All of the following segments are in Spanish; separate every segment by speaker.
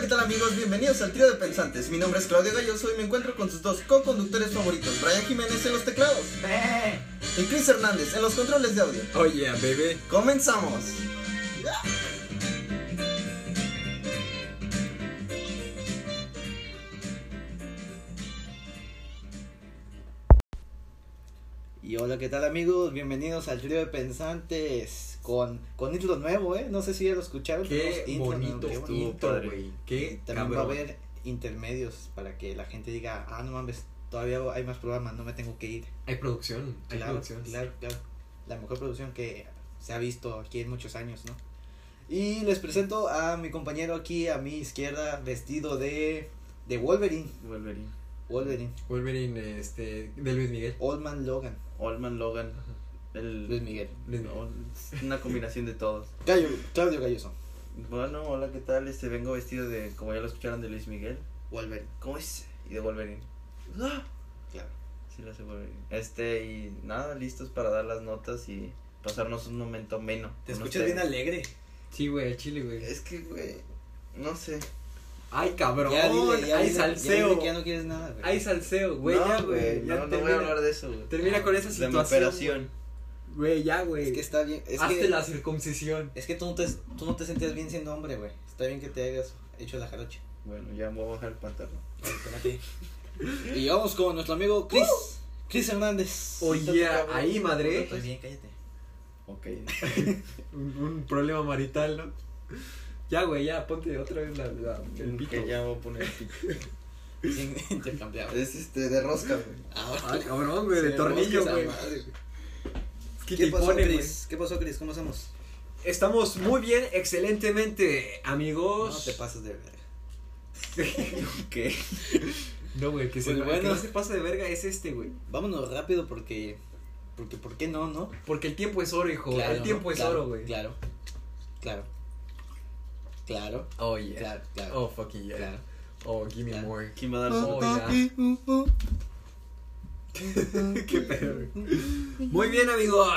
Speaker 1: ¿qué tal amigos? Bienvenidos al trío de pensantes. Mi nombre es Claudio Galloso y me encuentro con sus dos co-conductores favoritos, Brian Jiménez en los teclados
Speaker 2: Eh.
Speaker 1: y Chris Hernández en los controles de audio.
Speaker 3: Oye, oh yeah, bebé.
Speaker 1: ¡Comenzamos!
Speaker 4: Y hola, ¿qué tal amigos? Bienvenidos al trío de pensantes con, con intro nuevo, ¿eh? No sé si ya lo escucharon.
Speaker 3: Qué
Speaker 4: intro
Speaker 3: bonito
Speaker 4: nuevo, qué
Speaker 3: estuvo,
Speaker 4: bonito.
Speaker 3: padre. Qué
Speaker 4: También va a
Speaker 3: cabrón.
Speaker 4: haber intermedios para que la gente diga, ah, no mames, todavía hay más programas, no me tengo que ir.
Speaker 3: Hay producción, hay
Speaker 4: Claro,
Speaker 3: producción.
Speaker 4: claro, claro. La mejor producción que se ha visto aquí en muchos años, ¿no? Y les presento a mi compañero aquí a mi izquierda, vestido de, de Wolverine.
Speaker 2: Wolverine.
Speaker 4: Wolverine.
Speaker 3: Wolverine, este, de Luis Miguel.
Speaker 4: Old Man Logan.
Speaker 2: Oldman Logan.
Speaker 4: Luis
Speaker 2: El,
Speaker 4: Miguel.
Speaker 3: Luis Miguel.
Speaker 2: Ol- una combinación de todos.
Speaker 4: Gallo, Claudio Galloso.
Speaker 2: Bueno, hola, ¿qué tal? Este vengo vestido de, como ya lo escucharon, de Luis Miguel.
Speaker 4: Wolverine.
Speaker 2: ¿Cómo es? Y de Wolverine. ¡Ah!
Speaker 4: Claro.
Speaker 2: Sí, lo hace Wolverine. Este, y nada, listos para dar las notas y pasarnos un momento menos.
Speaker 4: Te escuchas bien alegre.
Speaker 3: Sí, güey, al chile, güey.
Speaker 2: Es que, güey, no sé.
Speaker 3: Ay, cabrón.
Speaker 4: ya dile, ya
Speaker 3: hay
Speaker 4: dile- ya
Speaker 3: salseo.
Speaker 4: dile que ya no quieres nada, güey.
Speaker 3: Hay salseo, güey,
Speaker 2: no,
Speaker 3: ya, güey.
Speaker 2: No,
Speaker 3: ya
Speaker 2: no voy a
Speaker 3: termina.
Speaker 2: hablar de eso, güey.
Speaker 3: Termina con
Speaker 2: De
Speaker 3: esa
Speaker 2: mi
Speaker 3: situación.
Speaker 2: operación.
Speaker 3: Güey, ya, güey.
Speaker 4: Es que está bien. Es
Speaker 3: Hazte
Speaker 4: que,
Speaker 3: la circuncisión.
Speaker 4: es que tú, no te, tú no te sentías bien siendo hombre, güey. Está bien que te hayas hecho la jarocha.
Speaker 2: Bueno, ya me voy a bajar el pantalón.
Speaker 4: Y vamos con nuestro amigo Chris. Chris Hernández.
Speaker 3: Uh. Oye, ahí, madre.
Speaker 4: Pues bien, cállate.
Speaker 2: Ok.
Speaker 3: Un, un problema marital, ¿no? Ya, güey, ya, ponte otra vez la, la-
Speaker 4: Mm,
Speaker 3: el pito.
Speaker 2: que ya me voy a poner el pito.
Speaker 4: Bien intercambiable.
Speaker 2: Es este, de rosca, güey.
Speaker 3: Ah,
Speaker 4: Ahora,
Speaker 3: cabrón, güey, de
Speaker 4: se busca
Speaker 3: tornillo,
Speaker 4: esa
Speaker 3: güey.
Speaker 4: madre, güey.
Speaker 3: Es que
Speaker 4: ¿Qué
Speaker 3: te
Speaker 4: pasó,
Speaker 3: pone, güey.
Speaker 4: Chris? ¿Qué pasó, Chris? ¿Cómo estamos?
Speaker 3: Estamos muy bien, excelentemente,
Speaker 4: No
Speaker 3: amigos.
Speaker 4: te pases de verga.
Speaker 2: ¿Qué?
Speaker 3: No, güey, que, se-
Speaker 4: Pues
Speaker 3: que
Speaker 4: bueno.
Speaker 3: no se pasa de verga es este, güey.
Speaker 4: Vámonos rápido porque. Porque, ¿por qué no, no?
Speaker 3: Porque el tiempo es oro, hijo.
Speaker 4: Claro,
Speaker 3: el tiempo
Speaker 4: ¿no?
Speaker 3: es
Speaker 4: Claro,
Speaker 3: oro, güey.
Speaker 4: Claro. Claro. Claro.
Speaker 3: Oh, yeah.
Speaker 4: Claro, claro.
Speaker 3: Oh, fucking yeah.
Speaker 4: Claro.
Speaker 3: Oh, give me
Speaker 4: Claro.
Speaker 3: more.
Speaker 2: ¿Quién va a dar su
Speaker 3: Oh, yeah.
Speaker 4: uh,
Speaker 3: Qué pedo, güey. Muy bien, amigos.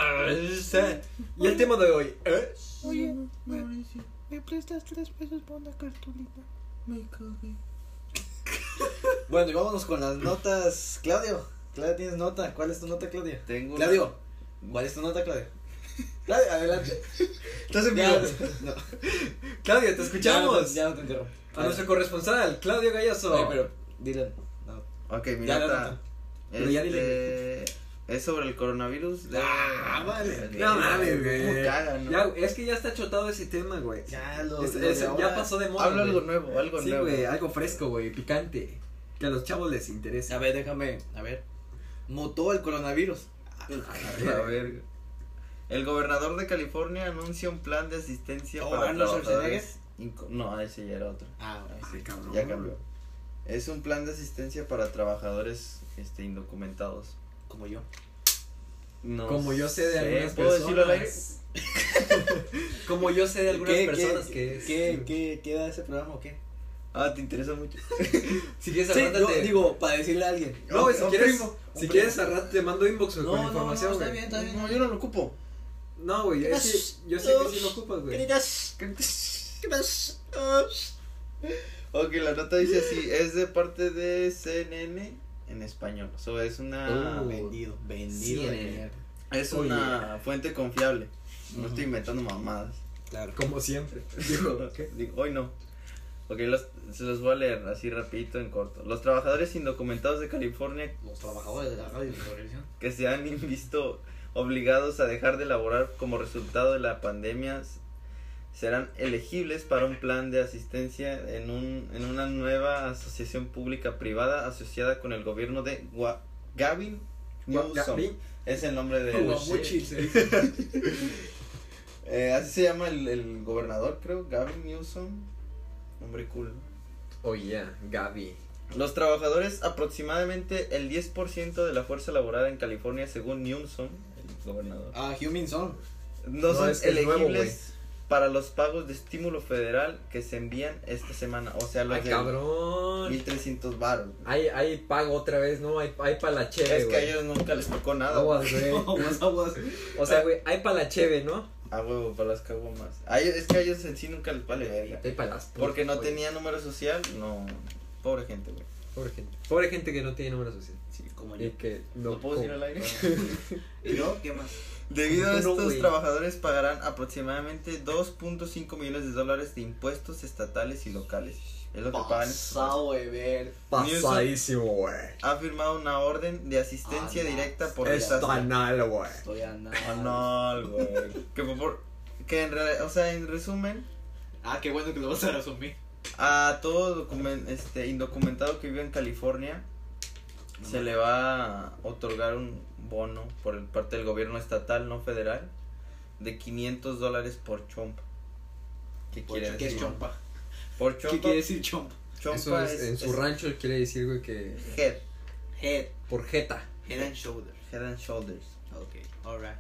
Speaker 3: Y el tema de hoy ¿eh? es.
Speaker 5: Oye, Mauricio, ¿me prestas tres pesos por una cartulina? Me cagué.
Speaker 4: Bueno, y vámonos con las notas. Claudio. Claudio, tienes nota. ¿Cuál es tu nota, Claudio?
Speaker 2: Tengo una-
Speaker 4: Claudio. ¿Cuál es tu nota, Claudio? Claudio, adelante.
Speaker 3: Estás en
Speaker 4: Ya,
Speaker 3: vivo.
Speaker 4: no.
Speaker 3: Claudia, te escuchamos.
Speaker 4: Ya no te interrumpo.
Speaker 3: A nuestro corresponsal, Claudio Gallazo.
Speaker 4: Oye, pero dile. No.
Speaker 2: Ok, mi
Speaker 4: Ya la
Speaker 2: nota.
Speaker 4: nota.
Speaker 3: Pero ya
Speaker 2: este, Es sobre el coronavirus. de-
Speaker 4: Ah, vale.
Speaker 3: No mames, güey.
Speaker 2: ¿Cómo cagan, no?
Speaker 3: Ya, güey, es que ya está chotado ese tema, güey.
Speaker 4: Este, Ya lo-
Speaker 3: Es-
Speaker 4: lo de
Speaker 3: es- ya
Speaker 4: ahora.
Speaker 3: pasó de moda.
Speaker 2: Hablo
Speaker 3: güey.
Speaker 2: algo nuevo, algo
Speaker 3: Sí,
Speaker 2: nuevo.
Speaker 3: güey, algo fresco, güey, picante. Que a los chavos les interesa.
Speaker 4: A ver, déjame. A ver. Mutó el coronavirus.
Speaker 2: A ver. El gobernador de California anuncia un plan de asistencia
Speaker 4: Oh,
Speaker 2: para
Speaker 4: Arnold
Speaker 2: trabajadores. inco- No, ese ya era otro.
Speaker 4: Ah, bueno.
Speaker 3: Ay, cabrón.
Speaker 2: Ya cambió. Es un plan de asistencia para trabajadores este indocumentados.
Speaker 4: Como yo.
Speaker 2: No
Speaker 3: Como yo sé de algunas
Speaker 2: ¿Puedo decirlo al aire?
Speaker 3: personas. Como yo sé de algunas
Speaker 4: ¿Qué-
Speaker 3: personas
Speaker 4: qué,
Speaker 3: que es.
Speaker 4: ¿Qué, qué, qué da ese programa o qué?
Speaker 2: Ah, ¿te interesa mucho?
Speaker 3: Si quieres,
Speaker 4: Sí,
Speaker 3: arrátate.
Speaker 4: yo digo, para decirle a alguien.
Speaker 3: no, güey, si
Speaker 2: Un
Speaker 3: quieres,
Speaker 2: primo,
Speaker 3: si
Speaker 4: un primo.
Speaker 3: quieres, al rato te mando inbox güey,
Speaker 4: No,
Speaker 3: con
Speaker 4: no, no,
Speaker 3: información,
Speaker 4: está
Speaker 3: güey.
Speaker 4: bien, está bien.
Speaker 2: No, yo no lo ocupo.
Speaker 3: No, güey, es
Speaker 4: pasa?
Speaker 3: que yo sé que sí lo ocupas, güey.
Speaker 4: Queridas.
Speaker 2: Ok, la nota dice así, es de parte de CNN en español. O sea, es una
Speaker 3: Oh,
Speaker 4: ah, Vendido, vendido. de
Speaker 3: CNN.
Speaker 4: mierda.
Speaker 2: es
Speaker 3: oh,
Speaker 2: una
Speaker 3: yeah.
Speaker 2: fuente confiable. No
Speaker 4: Ujú.
Speaker 2: estoy inventando mamadas.
Speaker 4: Claro.
Speaker 3: Como siempre. Digo, ¿qué?
Speaker 2: Digo, hoy no. Ok, los- se los voy a leer así rapidito en corto. Los trabajadores indocumentados de California
Speaker 4: Los trabajadores de la radio y la televisión.
Speaker 2: que se han visto obligados a dejar de laborar como resultado de la pandemia serán elegibles para un plan de asistencia en, un, en una nueva asociación pública privada asociada con el gobierno de Gua- Gavin Newsom.
Speaker 3: Gabi.
Speaker 2: Es el nombre de...
Speaker 3: Guamuchil, sí.
Speaker 2: Eh, así se llama el, el gobernador, creo, Gavin Newsom. Nombre cool. ¿no?
Speaker 3: Oh, yeah, Gaby.
Speaker 2: Los trabajadores, aproximadamente el 10% de la fuerza laboral en California, según Newsom, el gobernador.
Speaker 4: Ah, Human Son.
Speaker 2: no,
Speaker 3: No,
Speaker 2: son
Speaker 3: es que es nuevo,
Speaker 2: elegibles para los pagos de estímulo federal que se envían esta semana. O sea, los
Speaker 3: Ay,
Speaker 2: de
Speaker 3: cabrón.
Speaker 2: 1300 baros.
Speaker 3: Hay, hay pago otra vez, ¿no? Hay, hay pa' la cheve,
Speaker 2: Es que a
Speaker 3: güey.
Speaker 2: ellos nunca les tocó nada.
Speaker 3: Aguas, güey.
Speaker 4: Aguas, aguas.
Speaker 3: O sea, güey, hay pa' la cheve, ¿no?
Speaker 2: A huevo, para las caguamas. A ellos- es que a ellos en sí nunca les vale verga.
Speaker 3: Vete pa' las putas,
Speaker 2: Porque no
Speaker 3: oye.
Speaker 2: tenía número social, no. Pobre gente, güey.
Speaker 3: Pobre gente. Pobre gente que no tiene número social.
Speaker 2: Sí, como
Speaker 3: Y que no,
Speaker 2: ¿Lo puedo decir al aire?
Speaker 1: ¿Y yo? ¿Qué más?
Speaker 2: Debido a
Speaker 3: No,
Speaker 2: estos
Speaker 3: güey.
Speaker 2: trabajadores pagarán aproximadamente 2.5 millones de dólares de impuestos estatales y locales. Es lo que pagan. este
Speaker 4: Pasado de ver.
Speaker 3: Pasadísimo, güey.
Speaker 2: Ha firmado una orden de asistencia
Speaker 4: Ah, no.
Speaker 2: directa por
Speaker 3: Es
Speaker 2: desastre.
Speaker 3: banal, güey.
Speaker 4: Estoy andando.
Speaker 3: ah,
Speaker 2: Anal, güey. Que por- por- que en real- o sea, en resumen,
Speaker 4: Ah, qué bueno que lo vas a resumir.
Speaker 2: a todo documen- este indocumentado que vive en California se le va a otorgar un bono por el- parte del gobierno estatal, no federal, de 500 dólares por chompa. ¿Qué quiere
Speaker 4: ¿Qué es
Speaker 2: decir?
Speaker 4: chompa?
Speaker 2: Por chompa,
Speaker 4: ¿Qué quiere decir chompa?
Speaker 2: chompa
Speaker 3: Eso es,
Speaker 2: es-
Speaker 3: en su
Speaker 2: es
Speaker 3: rancho quiere decir, güey, que
Speaker 2: head,
Speaker 4: Head.
Speaker 3: por jeta.
Speaker 4: Head and shoulder.
Speaker 2: head and shoulders.
Speaker 4: Ok, alright.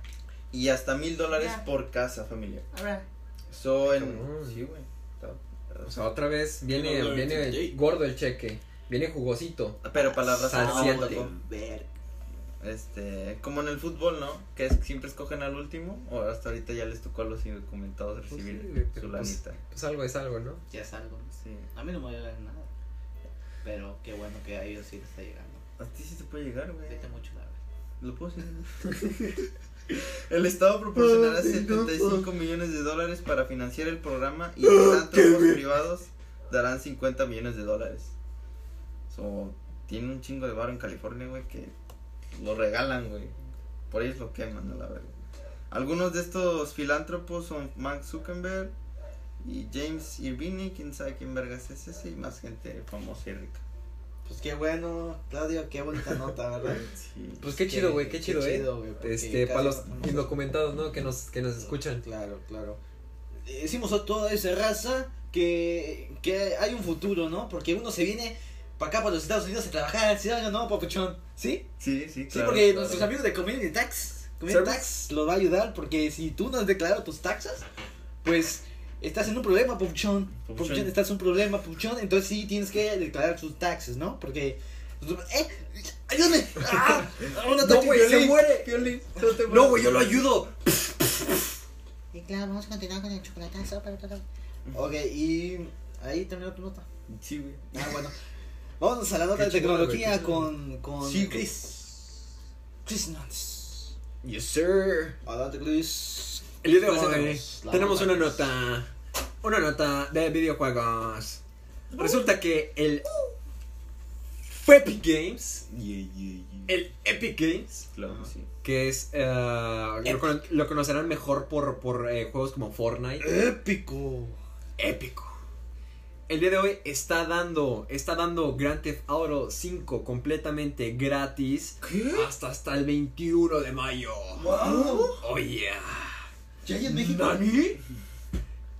Speaker 2: Y hasta mil dólares
Speaker 4: Ya.
Speaker 2: por casa, familia.
Speaker 4: Alright.
Speaker 2: So, en...
Speaker 3: Cabrón.
Speaker 2: Sí, güey. Está-
Speaker 3: O sea, otra vez viene,
Speaker 4: No, no, no,
Speaker 3: viene
Speaker 4: no, no, no.
Speaker 3: gordo el cheque. Viene jugosito.
Speaker 2: Pero para la raza no me
Speaker 3: Salsiento.
Speaker 2: tocó. Este, como en el fútbol, ¿no? Que es- siempre escogen al último, o hasta ahorita ya les tocó a los indocumentados
Speaker 3: Pues
Speaker 2: recibir
Speaker 3: sí, güey, pero
Speaker 2: su
Speaker 3: pues-
Speaker 2: lanita.
Speaker 3: Pues algo es algo, ¿no?
Speaker 4: Ya es algo.
Speaker 2: Sí.
Speaker 4: A mí no me llega nada. Pero qué bueno que a ellos sí les está llegando.
Speaker 2: A ti sí te puede llegar, güey.
Speaker 4: Vete mucho la verdad.
Speaker 2: Lo puedo hacer. el Estado proporcionará 75 millones de dólares para financiar el programa y filántrofos privados darán 50 millones de dólares. So, tiene un chingo de barro en California, güey, que lo regalan, güey. Por ellos lo queman, a la verga. Algunos de estos filántropos son Mark Zuckerberg y James Irvine, quién sabe quién vergas es ese, y más gente famosa y rica.
Speaker 4: Pues qué bueno, Claudio, qué bonita nota, ¿verdad?
Speaker 2: Sí.
Speaker 3: Pues qué chido, güey, qué chido, eh.
Speaker 4: güey, porque
Speaker 3: Este,
Speaker 4: casi
Speaker 3: para los
Speaker 4: no-
Speaker 3: indocumentados, ¿no? Que nos, que nos escuchan.
Speaker 4: Claro, claro. Eh, Decimos a toda esa raza que, que hay un futuro, ¿no? Porque uno se viene para acá, para los Estados Unidos, a trabajar, ¿sí o no, papuchón? ¿Sí?
Speaker 2: Sí, sí,
Speaker 4: Sí,
Speaker 2: claro,
Speaker 4: porque pues,
Speaker 2: claro.
Speaker 4: nuestros amigos de Community Tax, Community
Speaker 3: Service.
Speaker 4: Tax los va a ayudar, porque si tú no has declarado tus taxas, pues estás en un problema, papuchón.
Speaker 2: Papuchón.
Speaker 4: Papuchón, estás en un problema, papuchón. Entonces sí tienes que declarar tus taxes, ¿no? Porque... ¡Eh! ¡Ayúdame! ¡Ah! ¡Un ataque violín!
Speaker 3: muere! No, güey, yo lo ayudo.
Speaker 5: Y claro, vamos a continuar con el chocolatazo para todo.
Speaker 4: Ok, y ahí terminó tu nota.
Speaker 2: Sí, güey.
Speaker 4: Ah, bueno. Vámonos a la nota
Speaker 3: Qué
Speaker 4: de
Speaker 3: chingón,
Speaker 4: tecnología
Speaker 3: güey.
Speaker 4: con, con.
Speaker 2: Sí,
Speaker 4: Chris. Chris Nuts.
Speaker 3: Yes, sir.
Speaker 4: Adelante, Chris.
Speaker 3: El día de
Speaker 4: ¿Cuál
Speaker 3: hoy
Speaker 4: tenemos? La
Speaker 3: tenemos
Speaker 4: nota.
Speaker 3: una nota. Una nota de videojuegos. Resulta que el Epic Games, el Epic Games,
Speaker 2: Claro que sí.
Speaker 3: que es eh, lo, cono- lo conocerán mejor por, por eh, juegos como Fortnite.
Speaker 4: Épico.
Speaker 3: Épico. El día de hoy está dando, está dando Grand Theft Auto 5 completamente gratis
Speaker 2: Ah,
Speaker 3: hasta hasta el 21 de mayo.
Speaker 1: ¡Wow!
Speaker 3: Oh yeah.
Speaker 1: ¿Ya hay en México?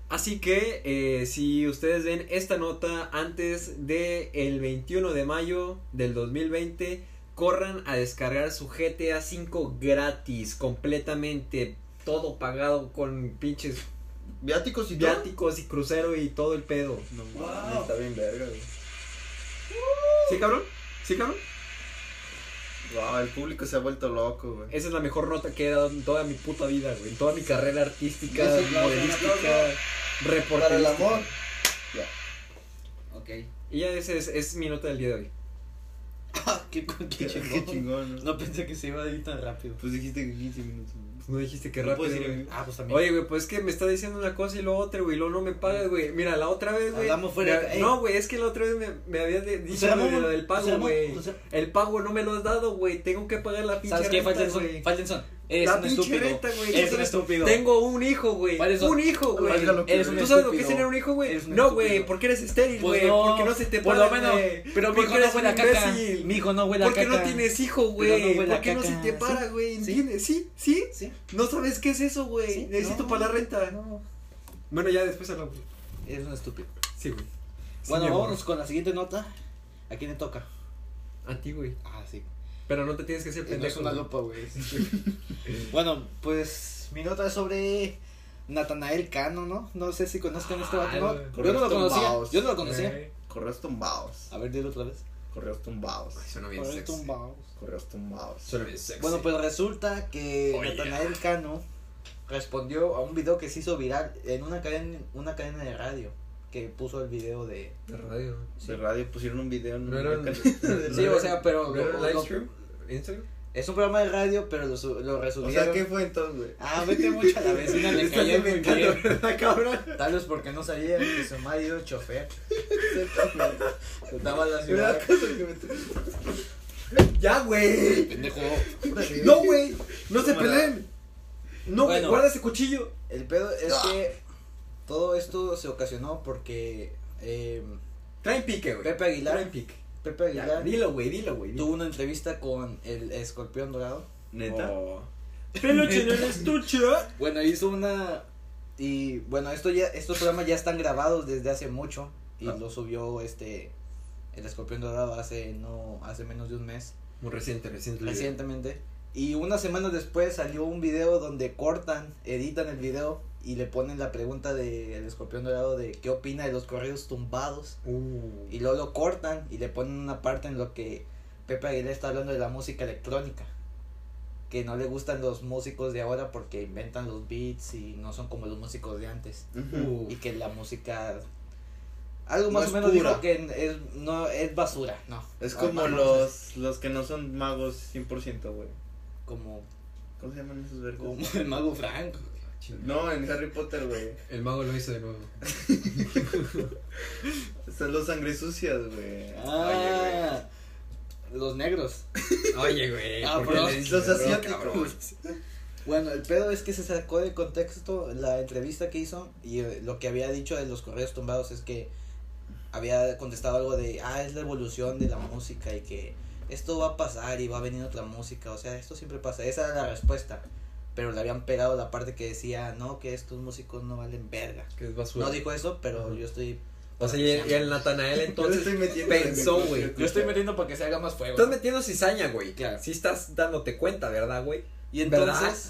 Speaker 3: Así que eh, si ustedes ven esta nota antes de el 21 de mayo del 2020, corran a descargar su GTA V gratis, completamente, todo pagado con pinches
Speaker 2: Viáticos y todo?
Speaker 3: viáticos y crucero y todo el pedo.
Speaker 2: No, mames, está bien verga, güey.
Speaker 3: ¿Sí, cabrón? ¿Sí, cabrón?
Speaker 2: Wow, el público se ha vuelto loco, güey.
Speaker 3: Esa es la mejor nota que he dado en toda mi puta vida, güey. En toda mi carrera artística,
Speaker 2: Eso es la-
Speaker 3: modelística, reporterística.
Speaker 2: Para el amor.
Speaker 4: Ok.
Speaker 3: Y ya esa es, es mi nota del día de hoy.
Speaker 4: Ah, qué, qué,
Speaker 2: Qué
Speaker 4: chingón.
Speaker 2: qué chingón, ¿no?
Speaker 4: No pensé que se iba a ir tan rápido.
Speaker 2: Pues dijiste que 15 minutos. güey.
Speaker 3: No dijiste que
Speaker 2: No
Speaker 3: rápido,
Speaker 2: puedes ir,
Speaker 3: güey.
Speaker 2: amigo.
Speaker 4: Ah, pues también.
Speaker 3: Oye, güey, pues es que me está diciendo una cosa y lo otra, güey, y luego no me pagas, güey. Mira, la otra vez, güey.
Speaker 4: Hablamos fuera,
Speaker 3: me-
Speaker 4: ey.
Speaker 3: No, güey, es que la otra vez me, me habías de- dicho lo de lo del pago, güey. El pago no me lo has dado, güey. Tengo que pagar la pinche
Speaker 4: ¿Sabes qué,
Speaker 3: renta,
Speaker 4: Faltenson?
Speaker 3: güey.
Speaker 4: Faltenson, eres
Speaker 3: La
Speaker 4: un
Speaker 3: pinche
Speaker 4: estúpido.
Speaker 3: renta, güey.
Speaker 4: Eres
Speaker 3: Yo
Speaker 4: un
Speaker 3: soy-
Speaker 4: estúpido.
Speaker 3: Tengo un hijo, güey.
Speaker 4: Faltenson,
Speaker 3: Un hijo, güey.
Speaker 2: valga lo que
Speaker 4: Eres un
Speaker 3: ¿Tú sabes lo que es
Speaker 4: estúpido.
Speaker 3: tener un hijo, güey?
Speaker 4: Eres un
Speaker 3: No,
Speaker 4: estúpido.
Speaker 3: güey, porque eres estéril,
Speaker 4: Pues
Speaker 3: güey.
Speaker 4: no,
Speaker 3: porque no se te
Speaker 4: por
Speaker 3: paga,
Speaker 4: lo menos. Pero mi
Speaker 3: porque
Speaker 4: hijo no
Speaker 3: eres
Speaker 4: huele a
Speaker 3: un
Speaker 4: caca.
Speaker 3: imbécil.
Speaker 4: Mi hijo no huele a
Speaker 3: Porque
Speaker 4: caca.
Speaker 3: no tienes hijo,
Speaker 4: Pero no
Speaker 3: güey.
Speaker 4: huele a
Speaker 3: porque no se
Speaker 4: caca.
Speaker 3: te para,
Speaker 4: Sí.
Speaker 3: güey.
Speaker 4: Sí.
Speaker 3: ¿Entiendes? ¿Sí? ¿Sí?
Speaker 4: Sí.
Speaker 3: No sabes qué es eso, güey.
Speaker 4: Sí,
Speaker 3: Necesito
Speaker 4: no.
Speaker 3: para la renta.
Speaker 4: No,
Speaker 3: Bueno, ya después hablamos.
Speaker 4: eres un estúpido.
Speaker 3: Sí, güey.
Speaker 4: Bueno,
Speaker 3: mi amor.
Speaker 4: vámonos con la siguiente nota. ¿A quién le toca?
Speaker 3: A ti, güey.
Speaker 4: Ah, sí.
Speaker 3: Pero no te tienes que hacer
Speaker 4: Eh, No es
Speaker 3: pendejo.
Speaker 4: una
Speaker 3: güey.
Speaker 4: lupa, güey. bueno, pues mi nota es sobre Natanael Cano, ¿no? No sé si conozcan a este vato.
Speaker 3: Ah,
Speaker 4: ¿no?
Speaker 2: güey.
Speaker 4: Yo no lo
Speaker 2: Correcto,
Speaker 4: conocía.
Speaker 2: Maos.
Speaker 4: Yo no lo conocía.
Speaker 3: Eh,
Speaker 2: Correos tumbados.
Speaker 4: A ver, dilo otra vez.
Speaker 2: Correos tumbados.
Speaker 3: Suena bien
Speaker 4: Por el
Speaker 3: sexy.
Speaker 4: tumbados.
Speaker 2: Correos tumbados.
Speaker 3: Suena bien sexy.
Speaker 4: Bueno, pues resulta que
Speaker 3: Oye.
Speaker 4: Natanael Cano respondió a un video que se hizo viral en una cadena, una cadena de radio que puso el video de...
Speaker 3: De radio.
Speaker 2: De radio pusieron un video.
Speaker 4: Mm,
Speaker 3: No era-
Speaker 2: De
Speaker 4: Sí,
Speaker 2: radio.
Speaker 4: o sea, pero...
Speaker 3: ¿No
Speaker 4: lo-
Speaker 3: era
Speaker 4: lo-
Speaker 3: live stream? ¿Instagram?
Speaker 4: es un programa de radio, pero lo, su- lo
Speaker 2: O
Speaker 4: resubieron.
Speaker 2: sea, ¿qué fue entonces, güey?
Speaker 4: Ah, vete mucho a la vecina, le
Speaker 2: Estás
Speaker 4: caí en mi
Speaker 2: inventando,
Speaker 4: pie.
Speaker 2: ¿verdad, cabrón?
Speaker 4: Tal vez porque no sabía que su marido era chofer.
Speaker 2: Exactamente.
Speaker 4: Estaba en
Speaker 2: ¿Verdad,
Speaker 4: la ciudad.
Speaker 2: cosa que me-
Speaker 3: ¡Ya, güey!
Speaker 4: Pendejo.
Speaker 3: ¡No, güey! ¡No se
Speaker 4: Cámara.
Speaker 3: peleen! ¡No, güey!
Speaker 4: Bueno.
Speaker 3: ¡Guarda ese cuchillo!
Speaker 4: El pedo es que todo esto se ocasionó porque eh,
Speaker 3: Traen pique, güey.
Speaker 4: Pepe Aguilar-
Speaker 3: Traen pique.
Speaker 4: Pepe
Speaker 3: Ya,
Speaker 4: Aguilar
Speaker 3: Dilo, güey, dilo, güey. dilo.
Speaker 4: tuvo una entrevista con el escorpión dorado.
Speaker 2: ¿Neta?
Speaker 3: Oh. Peluche en el estuche.
Speaker 4: Bueno, hizo una y bueno, esto ya estos programas ya están grabados desde hace mucho y
Speaker 3: Ah.
Speaker 4: lo subió este el escorpión dorado hace no hace menos de un mes
Speaker 3: Muy reciente, reciente.
Speaker 4: recientemente y una semana después salió un video donde cortan, editan el video y le ponen la pregunta del escorpión dorado de qué opina de los corridos tumbados.
Speaker 3: Uh.
Speaker 4: y luego lo cortan y le ponen una parte en lo que Pepe Aguilar está hablando de la música electrónica que no le gustan los músicos de ahora porque inventan los beats y no son como los músicos de antes
Speaker 2: Ujú.
Speaker 4: y que la música algo
Speaker 2: No
Speaker 4: más
Speaker 2: es
Speaker 4: o menos
Speaker 2: pura.
Speaker 4: dijo que es no es basura no
Speaker 2: Es
Speaker 4: Ah,
Speaker 2: como
Speaker 4: no, no,
Speaker 2: los, los que no son magos 100%, güey.
Speaker 4: como
Speaker 2: ¿Cómo se llaman esos vergos?
Speaker 4: como el mago Franco
Speaker 2: No, en Harry Potter, güey.
Speaker 3: El mago lo hizo de nuevo.
Speaker 2: Están los sangresucias, güey.
Speaker 4: ah los negros
Speaker 3: Oye, güey.
Speaker 4: Ah,
Speaker 3: ¿por qué
Speaker 4: bro.
Speaker 3: le dices,
Speaker 2: Los
Speaker 3: bro,
Speaker 2: asiáticos.
Speaker 3: cabrón?
Speaker 2: güey.
Speaker 4: Bueno, el pedo es que se sacó de contexto la entrevista que hizo y eh, lo que había dicho de los correos tumbados es que había contestado algo de, ah, es la evolución de la música y que esto va a pasar y va a venir otra música, o sea, esto siempre pasa, esa era la respuesta, pero le habían pegado la parte que decía, no, que estos músicos no valen verga.
Speaker 3: Que es basura.
Speaker 4: No dijo eso, pero
Speaker 3: Ajá.
Speaker 4: yo estoy...
Speaker 3: O sea, y el, y el Natanael entonces
Speaker 2: Yo le estoy metiendo
Speaker 3: pensó,
Speaker 2: en el
Speaker 3: güey.
Speaker 2: negocio. Yo estoy
Speaker 4: metiendo para que se haga más fuego.
Speaker 3: Estás metiendo cizaña, güey.
Speaker 4: Claro.
Speaker 3: Si estás dándote cuenta, ¿verdad, güey?
Speaker 4: Y
Speaker 3: ¿Verdad?
Speaker 4: entonces,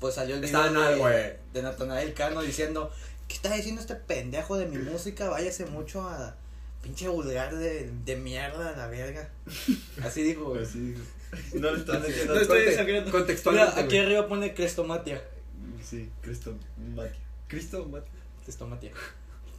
Speaker 4: pues salió el video
Speaker 3: Estaba eh. mal, güey.
Speaker 4: de, de Natanael Cano diciendo, ¿qué está diciendo este pendejo de mi música? Váyase mucho a pinche vulgar de, de mierda, a la verga. Así dijo, güey.
Speaker 2: Así. No le están metiendo
Speaker 4: No estoy
Speaker 3: Conte-
Speaker 4: desagrando.
Speaker 3: Contextualmente.
Speaker 4: Mira, aquí
Speaker 3: güey.
Speaker 4: arriba pone crestomatia.
Speaker 2: Sí, Cristo, mate.
Speaker 3: Cristo, mate.
Speaker 4: Crestomatia.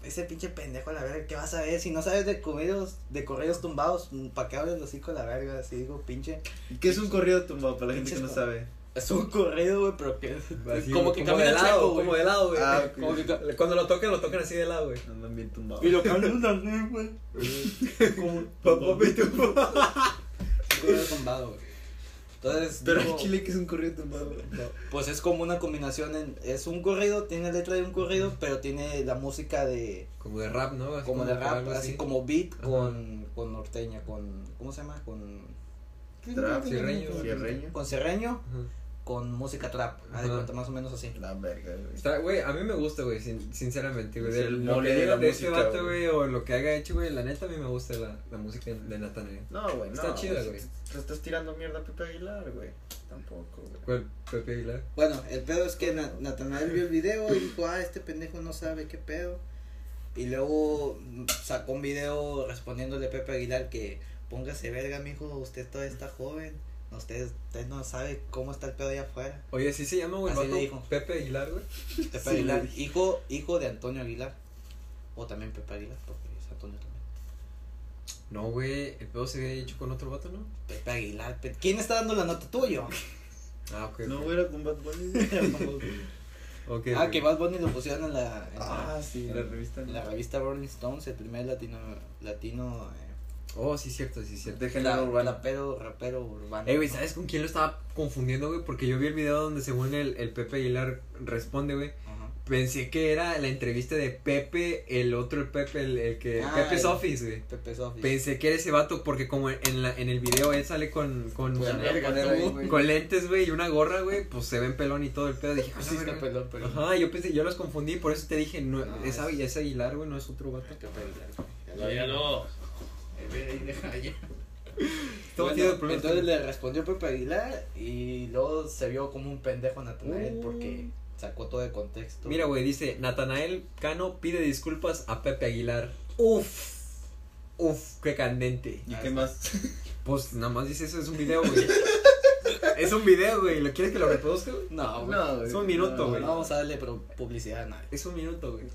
Speaker 4: Ese pinche pendejo a la verga, ¿qué vas a ver? Si no sabes de corridos, de corridos tumbados, ¿para qué hablas así con la verga? Así digo, pinche.
Speaker 2: ¿Y ¿Qué es un corrido tumbado para la gente que no
Speaker 4: Pinches-
Speaker 2: sabe?
Speaker 4: Es un corrido, güey, pero que.
Speaker 3: Así,
Speaker 4: como que
Speaker 3: como de
Speaker 4: camina
Speaker 3: lado,
Speaker 4: chaco, güey.
Speaker 3: como de lado, güey.
Speaker 2: Ah,
Speaker 4: Como que ca-
Speaker 3: Cuando lo tocan, lo tocan así de lado, güey.
Speaker 2: Andan bien tumbados.
Speaker 4: Y lo cambian así, güey.
Speaker 2: Como
Speaker 4: Papá,
Speaker 2: papá
Speaker 4: me
Speaker 2: me tumbado.
Speaker 4: Corrido tumbado, güey. Entonces,
Speaker 2: Pero
Speaker 4: digo,
Speaker 2: en Chile que es un corrido tumbado. güey.
Speaker 4: pues es como una combinación, en- es un corrido, tiene letra de un corrido, pero tiene la música de,
Speaker 3: Como de rap, ¿no? Así
Speaker 4: como de rap,
Speaker 3: algo
Speaker 4: así, como beat,
Speaker 3: Ajá.
Speaker 4: con, con norteña, con, ¿cómo se llama? Con,
Speaker 2: Trap,
Speaker 3: Cierreño.
Speaker 2: Cierreño.
Speaker 4: con serreño,
Speaker 3: Ajá.
Speaker 4: con música trap, haz de
Speaker 3: Ajá.
Speaker 4: cuenta, más o menos así.
Speaker 2: La verga, güey.
Speaker 3: Está, güey, a mí me gusta, güey, sin- sinceramente, güey.
Speaker 2: Es
Speaker 3: de-
Speaker 2: el
Speaker 3: Lo
Speaker 2: mole
Speaker 3: que
Speaker 2: de
Speaker 3: diga
Speaker 2: la
Speaker 3: de este
Speaker 2: música,
Speaker 3: vato,
Speaker 2: güey.
Speaker 3: güey, o lo que haya hecho, güey, la neta a mí me gusta la, la música de Natanael.
Speaker 2: No, güey, no.
Speaker 3: Está chida,
Speaker 2: güey.
Speaker 3: güey.
Speaker 2: Te estás tirando mierda a Pepe Aguilar, güey. Tampoco, güey.
Speaker 3: ¿Cuál? Pepe Aguilar.
Speaker 4: Bueno, el pedo es que Na- Natanael vio el video y dijo, ah, este pendejo no sabe qué pedo. Y luego mm, sacó un video respondiéndole a Pepe Aguilar que póngase verga, mijo, usted todavía está joven. Usted, usted no sabe cómo está el pedo allá afuera.
Speaker 3: Oye, sí se llama, güey, el
Speaker 4: Así le
Speaker 3: vato
Speaker 4: dijo.
Speaker 3: Pepe Aguilar, güey.
Speaker 4: Pepe
Speaker 2: Sí,
Speaker 4: Aguilar,
Speaker 2: güey.
Speaker 4: hijo, hijo de Antonio Aguilar. O también Pepe Aguilar, porque es Antonio también.
Speaker 3: No, güey, el pedo se había hecho con otro vato, ¿no?
Speaker 4: Pepe Aguilar, pe- ¿quién está dando la nota tuyo?
Speaker 3: Ah, ok.
Speaker 2: No,
Speaker 3: ok.
Speaker 2: güey, era con Bad Bunny. güey.
Speaker 3: Ok,
Speaker 4: ah,
Speaker 3: ok.
Speaker 4: que Bad Bunny lo pusieron en la, en la-
Speaker 2: Ah, sí, la revista.
Speaker 4: en la revista Rolling Stones, el primer latino, latino eh,
Speaker 3: Oh, sí, cierto, sí, cierto.
Speaker 2: De
Speaker 4: La-
Speaker 2: género urbano.
Speaker 4: Rapero, rapero urbano.
Speaker 3: Ey, güey, ¿sabes con quién lo estaba confundiendo, güey? Porque yo vi el video donde según el, el Pepe Aguilar responde, güey.
Speaker 4: Ajá.
Speaker 3: Pensé que era la entrevista de Pepe, el otro el Pepe, el, el que...
Speaker 4: Ah,
Speaker 3: Pepe's
Speaker 4: el-
Speaker 3: Office, güey.
Speaker 4: Pepe Sofi.
Speaker 3: Pensé que era ese vato porque como en, la, en el video él sale con... con
Speaker 4: Pues,
Speaker 3: con-
Speaker 4: verga,
Speaker 3: con-
Speaker 4: tú,
Speaker 3: con-
Speaker 4: güey.
Speaker 3: con lentes, güey, y una gorra, güey, pues se ven pelón y todo el pedo. Dije, "Ah,
Speaker 4: Pues Sí, está
Speaker 3: verga".
Speaker 4: pelón, pero.
Speaker 3: Ajá, yo pensé, yo los confundí, por eso te dije, no,
Speaker 4: No,
Speaker 3: es,
Speaker 4: Ah, es-
Speaker 3: es Aguilar, güey, no es otro vato.
Speaker 4: Qué pelón. Ya lo- ya lo- Eh, ve ahí, deja allá.
Speaker 3: Todo
Speaker 4: Bueno,
Speaker 3: tiene problemas.
Speaker 4: entonces le respondió Pepe Aguilar y luego se vio como un pendejo Natanael
Speaker 3: Uh.
Speaker 4: porque sacó todo de contexto.
Speaker 3: Mira, güey, dice Natanael Cano pide disculpas a Pepe Aguilar. Uf, uf, qué candente.
Speaker 2: ¿Y qué más?
Speaker 3: Pues nada más dice eso, es un video, güey. Es un video, güey. ¿Lo quieres que lo reproduzca, güey?
Speaker 4: No, güey.
Speaker 2: No, güey.
Speaker 3: Es un minuto,
Speaker 4: No,
Speaker 3: güey.
Speaker 4: no vamos a darle pro- publicidad a nadie.
Speaker 3: Es un minuto, güey.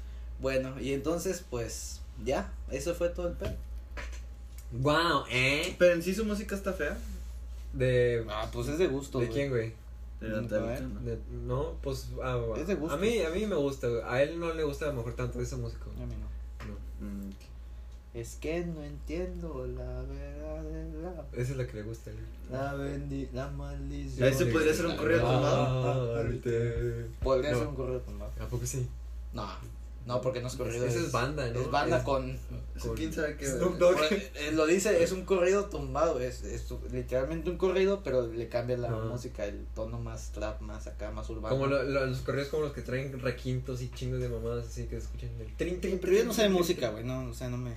Speaker 4: Bueno, y entonces, pues, ya, eso fue todo el pedo.
Speaker 3: Wow, ¿eh?
Speaker 2: Pero en sí su música está fea.
Speaker 1: Mm,
Speaker 3: De.
Speaker 4: Ah, pues es de gusto,
Speaker 3: ¿De quién, güey?
Speaker 2: De la
Speaker 4: No,
Speaker 2: Tabitha,
Speaker 4: eh.
Speaker 2: ¿no?
Speaker 3: De- no, pues. ah, va.
Speaker 4: Es de gusto.
Speaker 3: A mí, a mí me gusta, güey. A él no le gusta a lo mejor tanto ese músico.
Speaker 4: A mí no.
Speaker 3: No.
Speaker 2: Mm.
Speaker 4: Es que no entiendo la verdad de la...
Speaker 3: Esa es la que le gusta a él.
Speaker 4: La bendi... la maldición.
Speaker 2: Ese podría ser un correo
Speaker 4: Ah,
Speaker 2: tumbado.
Speaker 4: ah, ahorita. Podría ser un correo tumbado.
Speaker 3: ¿A poco sí?
Speaker 4: No, no, porque no es corrido.
Speaker 3: Esa es banda, ¿no?
Speaker 4: Es banda con...
Speaker 2: Sí, ¿Quién sabe qué? verga.
Speaker 3: Snoop Dogg.
Speaker 4: por- eh, lo dice, es un corrido tumbado, es, es literalmente un corrido, pero le cambia la
Speaker 3: Ah.
Speaker 4: música, el tono más trap, más acá, más urbano.
Speaker 3: Como lo- lo- los correos como los que traen requintos y chingos de mamadas así que escuchan el trin, trin,
Speaker 4: Pero yo
Speaker 3: trin,
Speaker 4: no sé de
Speaker 3: trin,
Speaker 4: música,
Speaker 3: trin.
Speaker 4: güey, no, o sea, no me...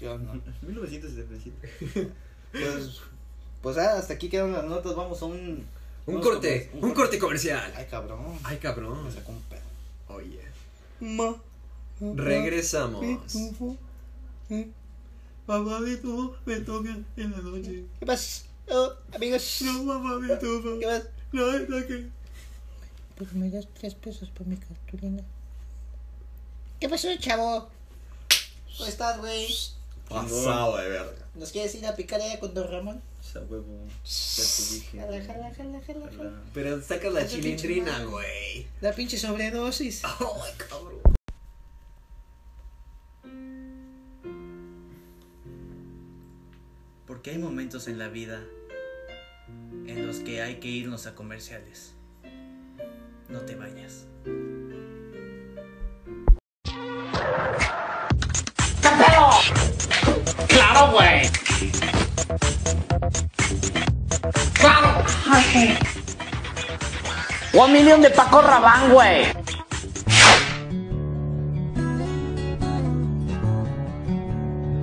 Speaker 4: Yo no.
Speaker 2: 1977.
Speaker 4: Pues, pues ah, hasta aquí quedan las notas, vamos a un...
Speaker 3: Un
Speaker 4: unos
Speaker 3: corte,
Speaker 4: cortes,
Speaker 3: un corte comercial.
Speaker 4: Ay, cabrón.
Speaker 3: Ay, cabrón.
Speaker 4: Me sacó un pedo.
Speaker 3: Oye.
Speaker 5: Ma.
Speaker 3: Regresamos.
Speaker 5: Pitufo. ¿Eh?
Speaker 2: Papá Pitufo me toca en la noche.
Speaker 4: ¿Qué pasa? Oh, amigos.
Speaker 2: papá Pitufo.
Speaker 4: ¿Qué pasa?
Speaker 2: No, es la que.
Speaker 5: Pues me das tres pesos por mi cartulina.
Speaker 4: ¿Qué pasó, chavo? ¿Cómo estás, güey?
Speaker 2: Pasado de verga.
Speaker 4: ¿Nos quieres ir a picar allá con Don Ramón?
Speaker 2: Esa huevo. Ya te dije.
Speaker 4: Jala, jala, jala, jala, jala.
Speaker 2: Hola.
Speaker 3: Pero sacas la
Speaker 4: Ay,
Speaker 3: chilindrina,
Speaker 4: pinche madre.
Speaker 3: güey.
Speaker 4: La pinche sobredosis.
Speaker 3: Ay, cabrón.
Speaker 6: Porque hay momentos en la vida en los que hay que irnos a comerciales. No te vayas.
Speaker 7: Claro, güey. Claro. One Million de Paco Rabán, güey.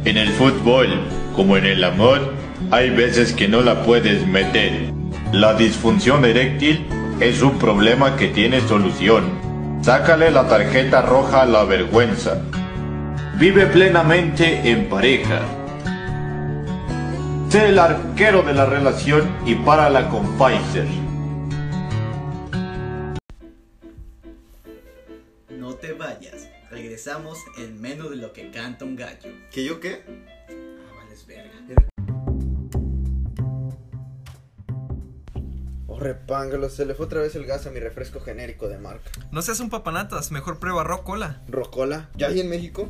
Speaker 8: En el fútbol, como en el amor, hay veces que no la puedes meter. La disfunción eréctil es un problema que tiene solución. Sácale la tarjeta roja a la vergüenza. Vive plenamente en pareja. Sé el arquero de la relación y párala con Pfizer.
Speaker 6: No te vayas. Regresamos en menos de lo que canta un gallo.
Speaker 2: ¿Que yo qué?
Speaker 6: Ah, vales verga.
Speaker 1: Oh, repángalo, se le fue otra vez el gas a mi refresco genérico de marca.
Speaker 9: No seas un papanatas, mejor prueba Rocola.
Speaker 1: ¿Rocola? ¿Ya hay en México?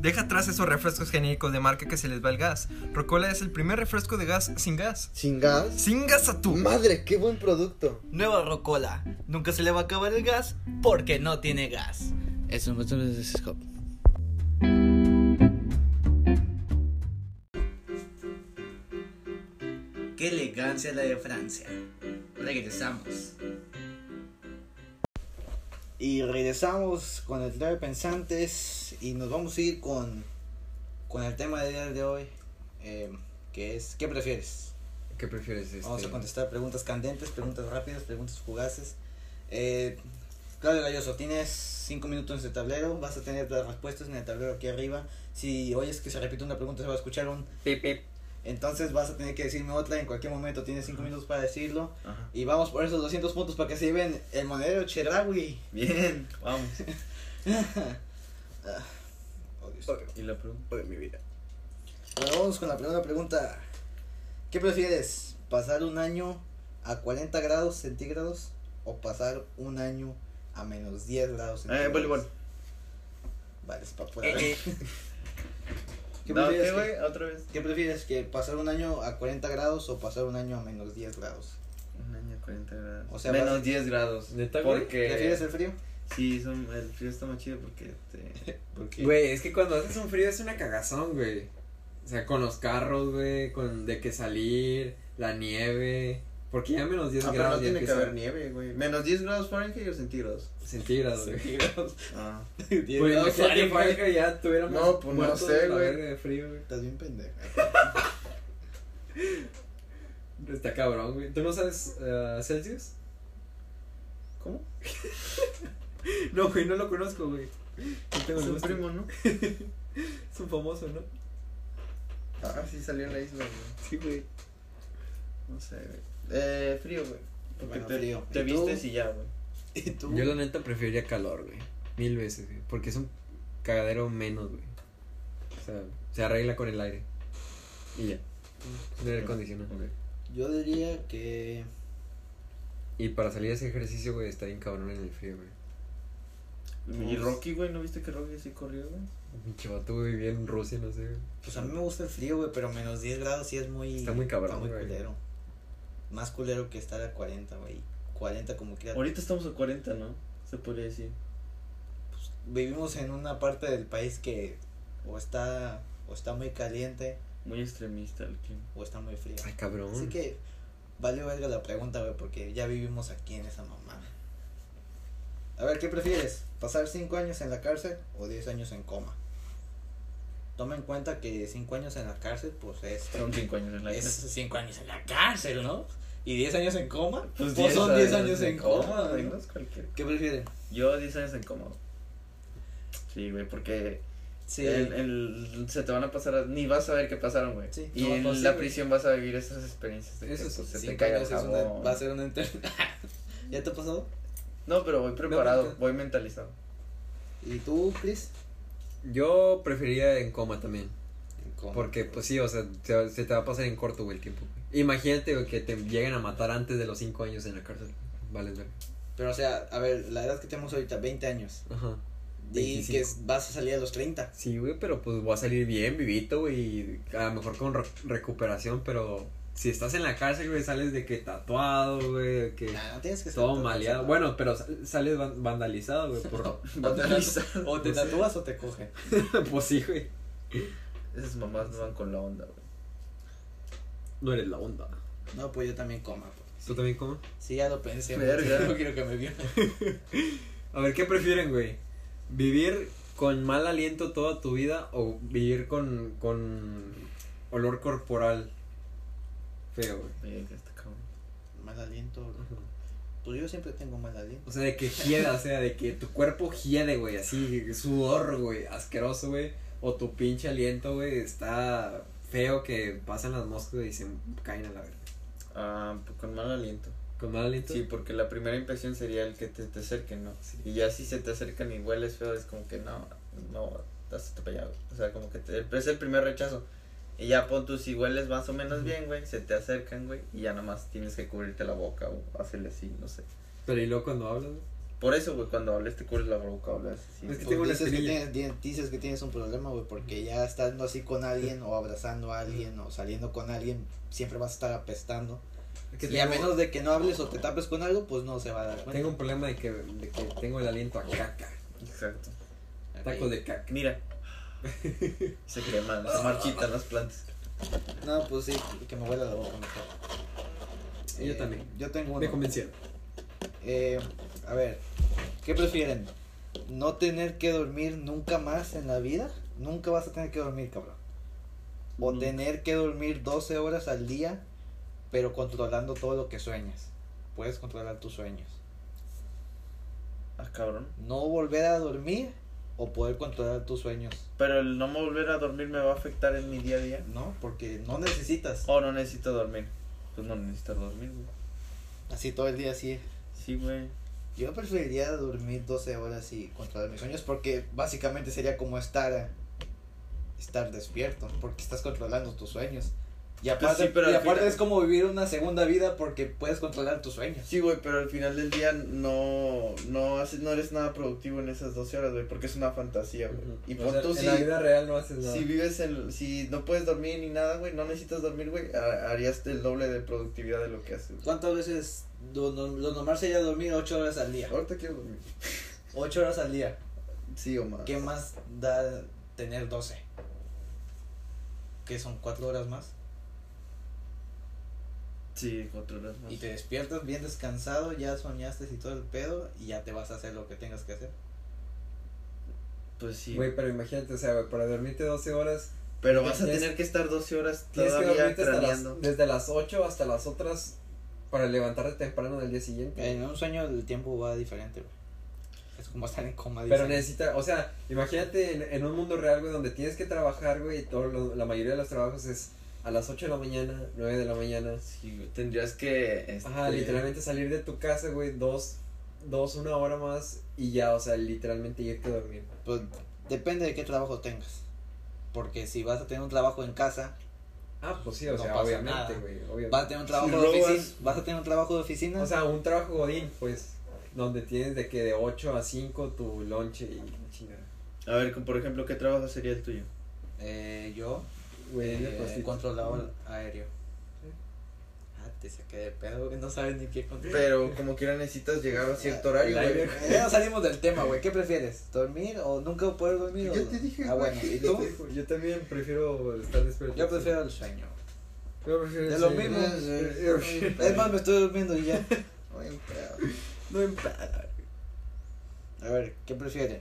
Speaker 9: Deja atrás esos refrescos genéricos de marca que se les va el gas. Rocola es el primer refresco de gas sin gas.
Speaker 1: ¿Sin gas?
Speaker 9: ¡Sin gas a tu!
Speaker 1: ¡Madre, qué buen producto!
Speaker 6: Nueva Rocola. Nunca se le va a acabar el gas porque no tiene gas. Eso no es Scope. Qué elegancia la de Francia. Regresamos.
Speaker 4: Y regresamos con el tema de pensantes y nos vamos a ir con, con el tema del día de hoy, eh, que es ¿qué prefieres?
Speaker 3: ¿Qué prefieres este?
Speaker 4: Vamos a contestar preguntas candentes, preguntas rápidas, preguntas fugaces. Eh, Claudio Galloso, tienes 5 minutos en este tablero, vas a tener las respuestas en el tablero aquí arriba. Si oyes que se repite una pregunta, se va a escuchar un...
Speaker 3: Pip, pip.
Speaker 4: Entonces vas a tener que decirme otra en cualquier momento, tienes 5 minutos para decirlo.
Speaker 2: Ajá.
Speaker 4: Y vamos por esos 200 puntos para que se lleven el monedero Chedraui.
Speaker 2: Bien, vamos.
Speaker 4: Oh, Dios.
Speaker 2: ¿Y la pregunta?
Speaker 4: Bueno, vamos con la primera pregunta. ¿Qué prefieres? ¿Pasar un año a 40 grados centígrados o pasar un año a menos 10 grados
Speaker 2: Eh,
Speaker 4: centígrados?
Speaker 2: voleibol.
Speaker 4: Vale, es para
Speaker 6: Eh,
Speaker 4: ¿Qué,
Speaker 2: No,
Speaker 4: prefieres
Speaker 2: ¿Qué,
Speaker 4: que-
Speaker 2: güey? ¿Otra vez?
Speaker 4: qué prefieres? ¿Que pasar un año a 40 grados o pasar un año a menos 10 grados?
Speaker 2: Un año 40 grados.
Speaker 4: O sea, vas-
Speaker 2: menos 10 grados.
Speaker 3: ¿Neta, güey?
Speaker 2: porque...
Speaker 4: ¿Prefieres el frío?
Speaker 2: Sí, son- el frío está más chido porque te...
Speaker 4: Porque
Speaker 3: Güey, es que cuando haces un frío es una cagazón, güey. O sea, con los carros, güey, con de que salir, la nieve. Porque ya menos 10
Speaker 2: Ah, pero
Speaker 3: grados
Speaker 2: no
Speaker 3: ya
Speaker 2: tiene que
Speaker 3: empieza
Speaker 2: haber nieve, güey. Menos 10 grados Fahrenheit o centígrados.
Speaker 3: centígrados, güey.
Speaker 4: centígrados.
Speaker 2: Ah.
Speaker 4: 10
Speaker 3: Pues no
Speaker 4: grados
Speaker 3: sé, que
Speaker 4: Fahrenheit.
Speaker 3: Franca ya tuviéramos
Speaker 2: No, pues, no
Speaker 3: muertos
Speaker 2: sé,
Speaker 3: de la
Speaker 2: güey.
Speaker 3: verga de frío, güey.
Speaker 4: Estás bien pendejo.
Speaker 3: Está cabrón, güey. ¿Tú no sabes eh, Celsius?
Speaker 2: ¿Cómo?
Speaker 3: No, güey, no lo conozco, güey. No tengo
Speaker 2: Es un
Speaker 3: el gusto.
Speaker 2: primo, ¿no?
Speaker 3: Es un famoso, ¿no?
Speaker 2: Ah, sí salió en la isla, güey.
Speaker 3: Sí, güey.
Speaker 2: No sé, güey. Eh, frío, güey. Porque
Speaker 4: Bueno,
Speaker 2: te,
Speaker 4: frío.
Speaker 2: te
Speaker 4: ¿Y tú?
Speaker 2: vistes y ya, güey.
Speaker 4: ¿Y tú?
Speaker 3: Yo la neta preferiría calor, güey. Mil veces, güey. Porque es un cagadero menos, güey. O sea, se arregla con el aire. Y ya. Sin aire acondicionado.
Speaker 4: Yo diría que.
Speaker 3: Y para salir a ese ejercicio, güey, está bien cabrón en el frío, güey.
Speaker 2: Y Rocky, güey, ¿no viste que Rocky sí corrió, güey?
Speaker 3: Pinche vato, güey, vivía en Rusia, no sé, güey.
Speaker 4: Pues a mí me gusta el frío, güey, pero menos 10 grados sí es muy.
Speaker 3: Está muy cabrón,
Speaker 4: Está muy
Speaker 3: güey.
Speaker 4: culero. Más culero que estar a 40, güey. 40 como quiera.
Speaker 2: Ahorita estamos a 40, ¿no? Se podría decir.
Speaker 4: Vivimos en una parte del país que o está, o está muy caliente
Speaker 2: Muy extremista el clima.
Speaker 4: o está muy frío.
Speaker 3: Ay, cabrón.
Speaker 4: Así que valió verga la pregunta, güey, porque ya vivimos aquí en esa mamada. A ver, ¿qué prefieres? ¿Pasar 5 años en la cárcel o 10 años en coma? Toma en cuenta que 5 años en la cárcel, pues es...
Speaker 2: Son 5 años en la
Speaker 4: Es
Speaker 2: vida.
Speaker 4: 5 este años en la cárcel, ¿no? ¿Y 10 años en coma? Pues,
Speaker 2: diez
Speaker 4: son 10 años en coma,
Speaker 2: güey,
Speaker 4: ¿no?
Speaker 2: no es cualquiera.
Speaker 4: ¿Qué prefieren?
Speaker 2: Yo 10 años en coma. güey. Sí, güey, porque
Speaker 4: Sí.
Speaker 2: el, el- se te van a pasar, ni vas a ver qué pasaron, güey.
Speaker 4: Sí,
Speaker 2: y
Speaker 4: no,
Speaker 2: en
Speaker 4: no, sí,
Speaker 2: la
Speaker 4: güey.
Speaker 2: prisión vas a vivir esas experiencias. De que,
Speaker 4: Eso sí,
Speaker 2: pues, se te
Speaker 4: cinco
Speaker 2: cae el
Speaker 4: años es una-
Speaker 2: jabón.
Speaker 4: va a ser una eternidad. ¿Ya te ha pasado?
Speaker 2: No, pero voy preparado,
Speaker 3: porque-
Speaker 2: voy mentalizado.
Speaker 4: ¿Y tú, Chris?
Speaker 3: Yo preferiría en coma también.
Speaker 4: En coma.
Speaker 3: Porque, pues sí, o sea, se, se te va a pasar en corto, güey, el tiempo. güey. Imagínate güey, que te lleguen a matar antes de los 5 años en la cárcel. Vale, güey.
Speaker 4: Pero, o sea, a ver, la edad que tenemos ahorita, 20 años.
Speaker 3: Ajá.
Speaker 4: Y
Speaker 3: 25.
Speaker 4: que es- vas a salir a los 30.
Speaker 3: Sí, güey, pero pues voy a salir bien vivito, güey. y A lo mejor con re- recuperación, pero si estás en la cárcel, güey, sales de que tatuado, güey, de que
Speaker 4: Nah, no tienes que estar
Speaker 3: todo
Speaker 4: tan
Speaker 3: maleado.
Speaker 4: cansado.
Speaker 3: Bueno, pero sal- sales van- vandalizado, güey, por...
Speaker 4: O te tatu- o te tatúas o te cogen.
Speaker 3: pues sí, güey.
Speaker 2: Esas mamás no van con la onda, güey.
Speaker 3: No eres la onda.
Speaker 4: No, pues yo también coma. pues.
Speaker 3: ¿Tú también cómo?
Speaker 4: Sí, ya lo pensé.
Speaker 2: Verga.
Speaker 4: No quiero que me violen.
Speaker 3: A ver, ¿qué prefieren, güey? ¿Vivir con mal aliento toda tu vida o vivir con, con olor corporal feo, güey?
Speaker 2: Oye, que está cabrón.
Speaker 4: Mal aliento. Pues yo siempre tengo mal aliento.
Speaker 3: O sea, de que hieda, o sea, de que tu cuerpo hiede, güey, así, sudor, güey, asqueroso, güey. O tu pinche aliento, güey, está feo que pasan las moscas y se caen a la verga.
Speaker 2: Ah, pues con mal aliento.
Speaker 3: ¿Con mal aliento?
Speaker 2: Sí, porque la primera impresión sería el que te, te acerquen, ¿no? Y ya si se te acercan y hueles feo, es como que no, no, estás atropellado. O sea, como que te- es el primer rechazo. Y ya pon tú, si hueles más o menos bien, güey, se te acercan, güey, y ya nomás tienes que cubrirte la boca o hacerle así, no sé.
Speaker 3: Pero y luego cuando hablas, güey.
Speaker 2: Por eso, güey, cuando hables te cubres la boca, hablas así.
Speaker 3: Es que
Speaker 2: güey.
Speaker 3: tengo una
Speaker 4: dices, que
Speaker 3: espinilla.
Speaker 4: tienes, di- dices que tienes un problema, güey, porque ya estando así con alguien o abrazando a alguien o saliendo con alguien, siempre vas a estar apestando.
Speaker 3: Es que
Speaker 4: Y a
Speaker 3: tengo-
Speaker 4: menos de que no hables o te tapes con algo, pues no se va a dar cuenta.
Speaker 3: Tengo un problema de que, de que tengo el aliento a caca.
Speaker 2: Exacto.
Speaker 4: Ok.
Speaker 3: Tacos de caca.
Speaker 2: Mira. se queman, se marchitan las plantas.
Speaker 4: No, pues sí, que me huela la boca mejor.
Speaker 3: Yo
Speaker 4: Eh,
Speaker 3: también.
Speaker 4: Yo tengo
Speaker 3: Me
Speaker 4: uno.
Speaker 3: convencieron.
Speaker 4: Eh, a ver, ¿qué prefieren? ¿No tener que dormir nunca más en la vida? Nunca vas a tener que dormir, cabrón. O tener que dormir 12 horas al día, pero controlando todo lo que sueñas. Puedes controlar tus sueños.
Speaker 2: Ah, cabrón.
Speaker 4: No volver a dormir o poder controlar tus sueños.
Speaker 2: Pero el no volver a dormir me va a afectar en mi día a día.
Speaker 4: No, porque no necesitas.
Speaker 2: Oh, no necesito dormir. Pues no necesito dormir, güey.
Speaker 4: Así todo el día así.
Speaker 2: Sí, güey.
Speaker 4: Yo preferiría dormir 12 horas y controlar mis sueños porque básicamente sería como estar estar despierto porque estás controlando tus sueños. Y aparte,
Speaker 2: sí, pero
Speaker 4: y
Speaker 2: al
Speaker 4: aparte
Speaker 2: final-
Speaker 4: es como vivir una segunda vida porque puedes controlar tus sueños.
Speaker 2: Sí, güey, pero al final del día no, no, haces, no eres nada productivo en esas 12 horas, güey, porque es una fantasía, güey.
Speaker 3: Ujú.
Speaker 2: Y
Speaker 3: O
Speaker 2: pon
Speaker 3: sea,
Speaker 2: tú
Speaker 3: en
Speaker 2: si,
Speaker 3: la vida real no haces nada.
Speaker 2: si vives en, si no puedes dormir ni nada, güey, no necesitas dormir, güey, ha- harías el doble de productividad de lo que haces. güey.
Speaker 4: ¿Cuántas veces lo, lo- lo normal sería dormir 8 horas al día?
Speaker 2: Ahorita quiero dormir.
Speaker 4: 8 horas al día.
Speaker 2: Sí o más.
Speaker 4: ¿Qué más da tener 12? Que son 4 horas más.
Speaker 2: Sí, cuatro horas más.
Speaker 4: Y te despiertas bien descansado, ya soñaste y todo el pedo y ya te vas a hacer lo que tengas que hacer.
Speaker 2: Pues sí.
Speaker 3: Güey, pero imagínate, o sea, güey, para dormirte 12 horas,
Speaker 2: pero vas a
Speaker 3: tienes-
Speaker 2: tener que estar 12 horas
Speaker 3: tienes que
Speaker 2: todavía
Speaker 3: dormirte hasta
Speaker 2: craneando.
Speaker 3: las, desde las 8 hasta las otras para levantarte temprano del día siguiente.
Speaker 4: En un sueño el tiempo va diferente, güey. Es como estar en coma.
Speaker 3: Pero
Speaker 4: dicen.
Speaker 3: necesita, o sea, imagínate en, en un mundo real, güey, donde tienes que trabajar, güey, y todo lo- la mayoría de los trabajos es a las 8 de la mañana, 9 de la mañana.
Speaker 10: Sí, güey, tendrías que. este,
Speaker 3: Ajá, literalmente salir de tu casa, güey, dos, dos, una hora más y ya, o sea, literalmente irte a dormir.
Speaker 4: Pues depende de qué trabajo tengas. Porque si vas a tener un trabajo en casa,
Speaker 3: Ah, pues sí, o
Speaker 4: No
Speaker 3: sea,
Speaker 4: pasa
Speaker 3: obviamente,
Speaker 4: nada.
Speaker 3: güey, obviamente.
Speaker 4: vas a tener un trabajo
Speaker 10: Si
Speaker 4: de
Speaker 10: robas-
Speaker 4: oficina, vas a tener un trabajo de oficina.
Speaker 3: O sea, un trabajo godín, pues, donde tienes de que de 8 a 5 tu lonche y la chingada.
Speaker 10: A ver, con- por ejemplo, ¿qué trabajo sería el tuyo?
Speaker 4: eh, yo
Speaker 3: Güey,
Speaker 4: eh,
Speaker 3: de prostitu-
Speaker 4: controlador aéreo. Ah, te saqué de pedo, güey, no sabes ni qué contestar.
Speaker 10: Pero como quiera necesitas llegar a cierto horario,
Speaker 3: El
Speaker 10: güey.
Speaker 3: aire.
Speaker 4: Ya nos salimos del tema, güey. ¿Qué prefieres? ¿Dormir o nunca poder dormir?
Speaker 2: Yo
Speaker 4: o-
Speaker 2: te dije,
Speaker 4: Ah,
Speaker 2: güey.
Speaker 4: bueno, ¿y tú?
Speaker 3: Yo también prefiero estar despierto.
Speaker 4: Yo prefiero el sueño.
Speaker 3: Yo prefiero
Speaker 4: De
Speaker 3: el
Speaker 4: lo
Speaker 3: sueño.
Speaker 4: mismo.
Speaker 3: Eh,
Speaker 4: Es más, me estoy durmiendo y ya.
Speaker 2: Ay, pedo.
Speaker 3: No empada.
Speaker 4: A ver, ¿qué prefieren?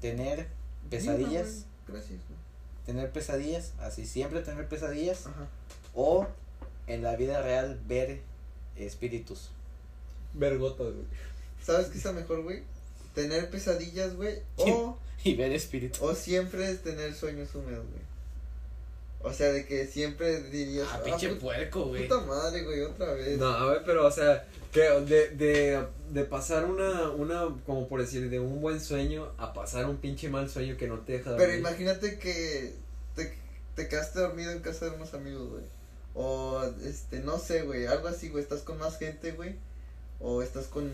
Speaker 4: ¿Tener pesadillas?
Speaker 2: Sí, no, güey. Gracias, güey.
Speaker 4: ¿Tener pesadillas? Así, siempre tener pesadillas.
Speaker 2: Ajá.
Speaker 4: O en la vida real ver espíritus.
Speaker 3: Vergotas, güey.
Speaker 2: ¿Sabes qué está mejor, güey? Tener pesadillas, güey. O,
Speaker 4: Y ver espíritus.
Speaker 2: o siempre es tener sueños húmedos, güey. O sea, de que siempre dirías.
Speaker 11: Ah,
Speaker 2: "Ah,
Speaker 11: pinche
Speaker 2: puta,
Speaker 11: puerco, güey.
Speaker 2: puta madre, güey, otra vez.
Speaker 3: No, a ver, pero, o sea, que de, de, de pasar una, una, como por decir, de un buen sueño a pasar un pinche mal sueño que no te deja dormir.
Speaker 2: Pero imagínate que te, te quedaste dormido en casa de unos amigos, güey. O, este, no sé, güey, algo así, güey. Estás con más gente, güey. O estás con,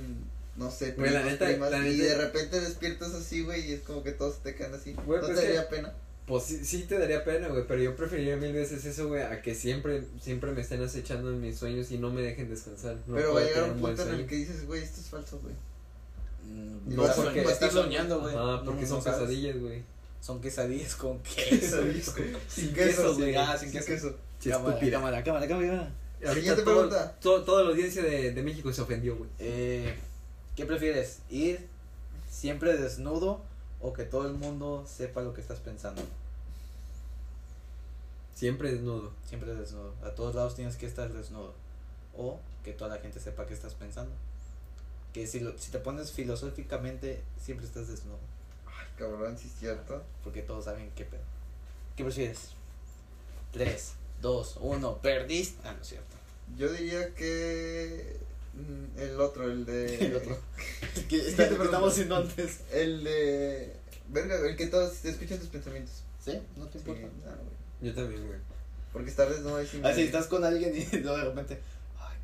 Speaker 2: no sé,
Speaker 3: Güey, la neta- la
Speaker 2: y
Speaker 3: neta-
Speaker 2: de repente despiertas así, güey, y es como que todos te quedan así.
Speaker 3: Güey,
Speaker 2: no
Speaker 3: pues
Speaker 2: te
Speaker 3: que-
Speaker 2: daría pena.
Speaker 3: Pues sí, sí te daría pena, güey, pero yo preferiría mil veces eso, güey, a que siempre, siempre me estén acechando en mis sueños y no me dejen descansar. No
Speaker 2: pero
Speaker 3: puedo
Speaker 2: va a llegar
Speaker 3: tener
Speaker 2: un
Speaker 3: buen
Speaker 2: punto en el
Speaker 3: sueño.
Speaker 2: que dices, güey, esto es falso, güey.
Speaker 4: Mm,
Speaker 2: No,
Speaker 4: vas a
Speaker 2: porque-
Speaker 4: soñar, estás
Speaker 2: porque-
Speaker 4: soñando, güey.
Speaker 3: Ajá,
Speaker 4: No,
Speaker 3: porque
Speaker 4: no
Speaker 3: son
Speaker 4: sabes.
Speaker 3: pesadillas, güey.
Speaker 4: Son quesadillas con queso.
Speaker 2: Sin
Speaker 3: queso,
Speaker 2: queso,
Speaker 3: güey.
Speaker 2: güey.
Speaker 4: Ah, sin queso. Cámara,
Speaker 3: Estúpida.
Speaker 4: cámara, cámara, cámara.
Speaker 2: Siguiente
Speaker 3: todo-
Speaker 2: pregunta.
Speaker 3: todo- toda la audiencia de, de México se ofendió, güey.
Speaker 4: Eh, ¿Qué prefieres? ¿Ir siempre desnudo o que todo el mundo sepa lo que estás pensando?
Speaker 3: Siempre desnudo.
Speaker 4: Siempre desnudo. A todos lados tienes que estar desnudo. O que toda la gente sepa qué estás pensando. Que si, lo- si te pones filosóficamente, siempre estás desnudo.
Speaker 2: Ay, cabrón, sí es cierto.
Speaker 4: Porque todos saben qué pedo. ¿Qué prefieres? 3, 2, 1, perdiste. Ah, no es cierto.
Speaker 2: Yo diría que. mm, El otro, el de.
Speaker 4: El otro. ¿Qué,
Speaker 2: está- qué estamos
Speaker 4: haciendo antes?
Speaker 2: El de. Verga, el que todos te escuchan tus pensamientos.
Speaker 4: ¿Sí? No te
Speaker 2: Sí,
Speaker 4: importa.
Speaker 2: no, güey.
Speaker 3: Yo también, güey.
Speaker 2: Porque estar desnudo es
Speaker 4: Así
Speaker 2: inmediato.
Speaker 4: Ah, estás con alguien y luego de repente. Ay,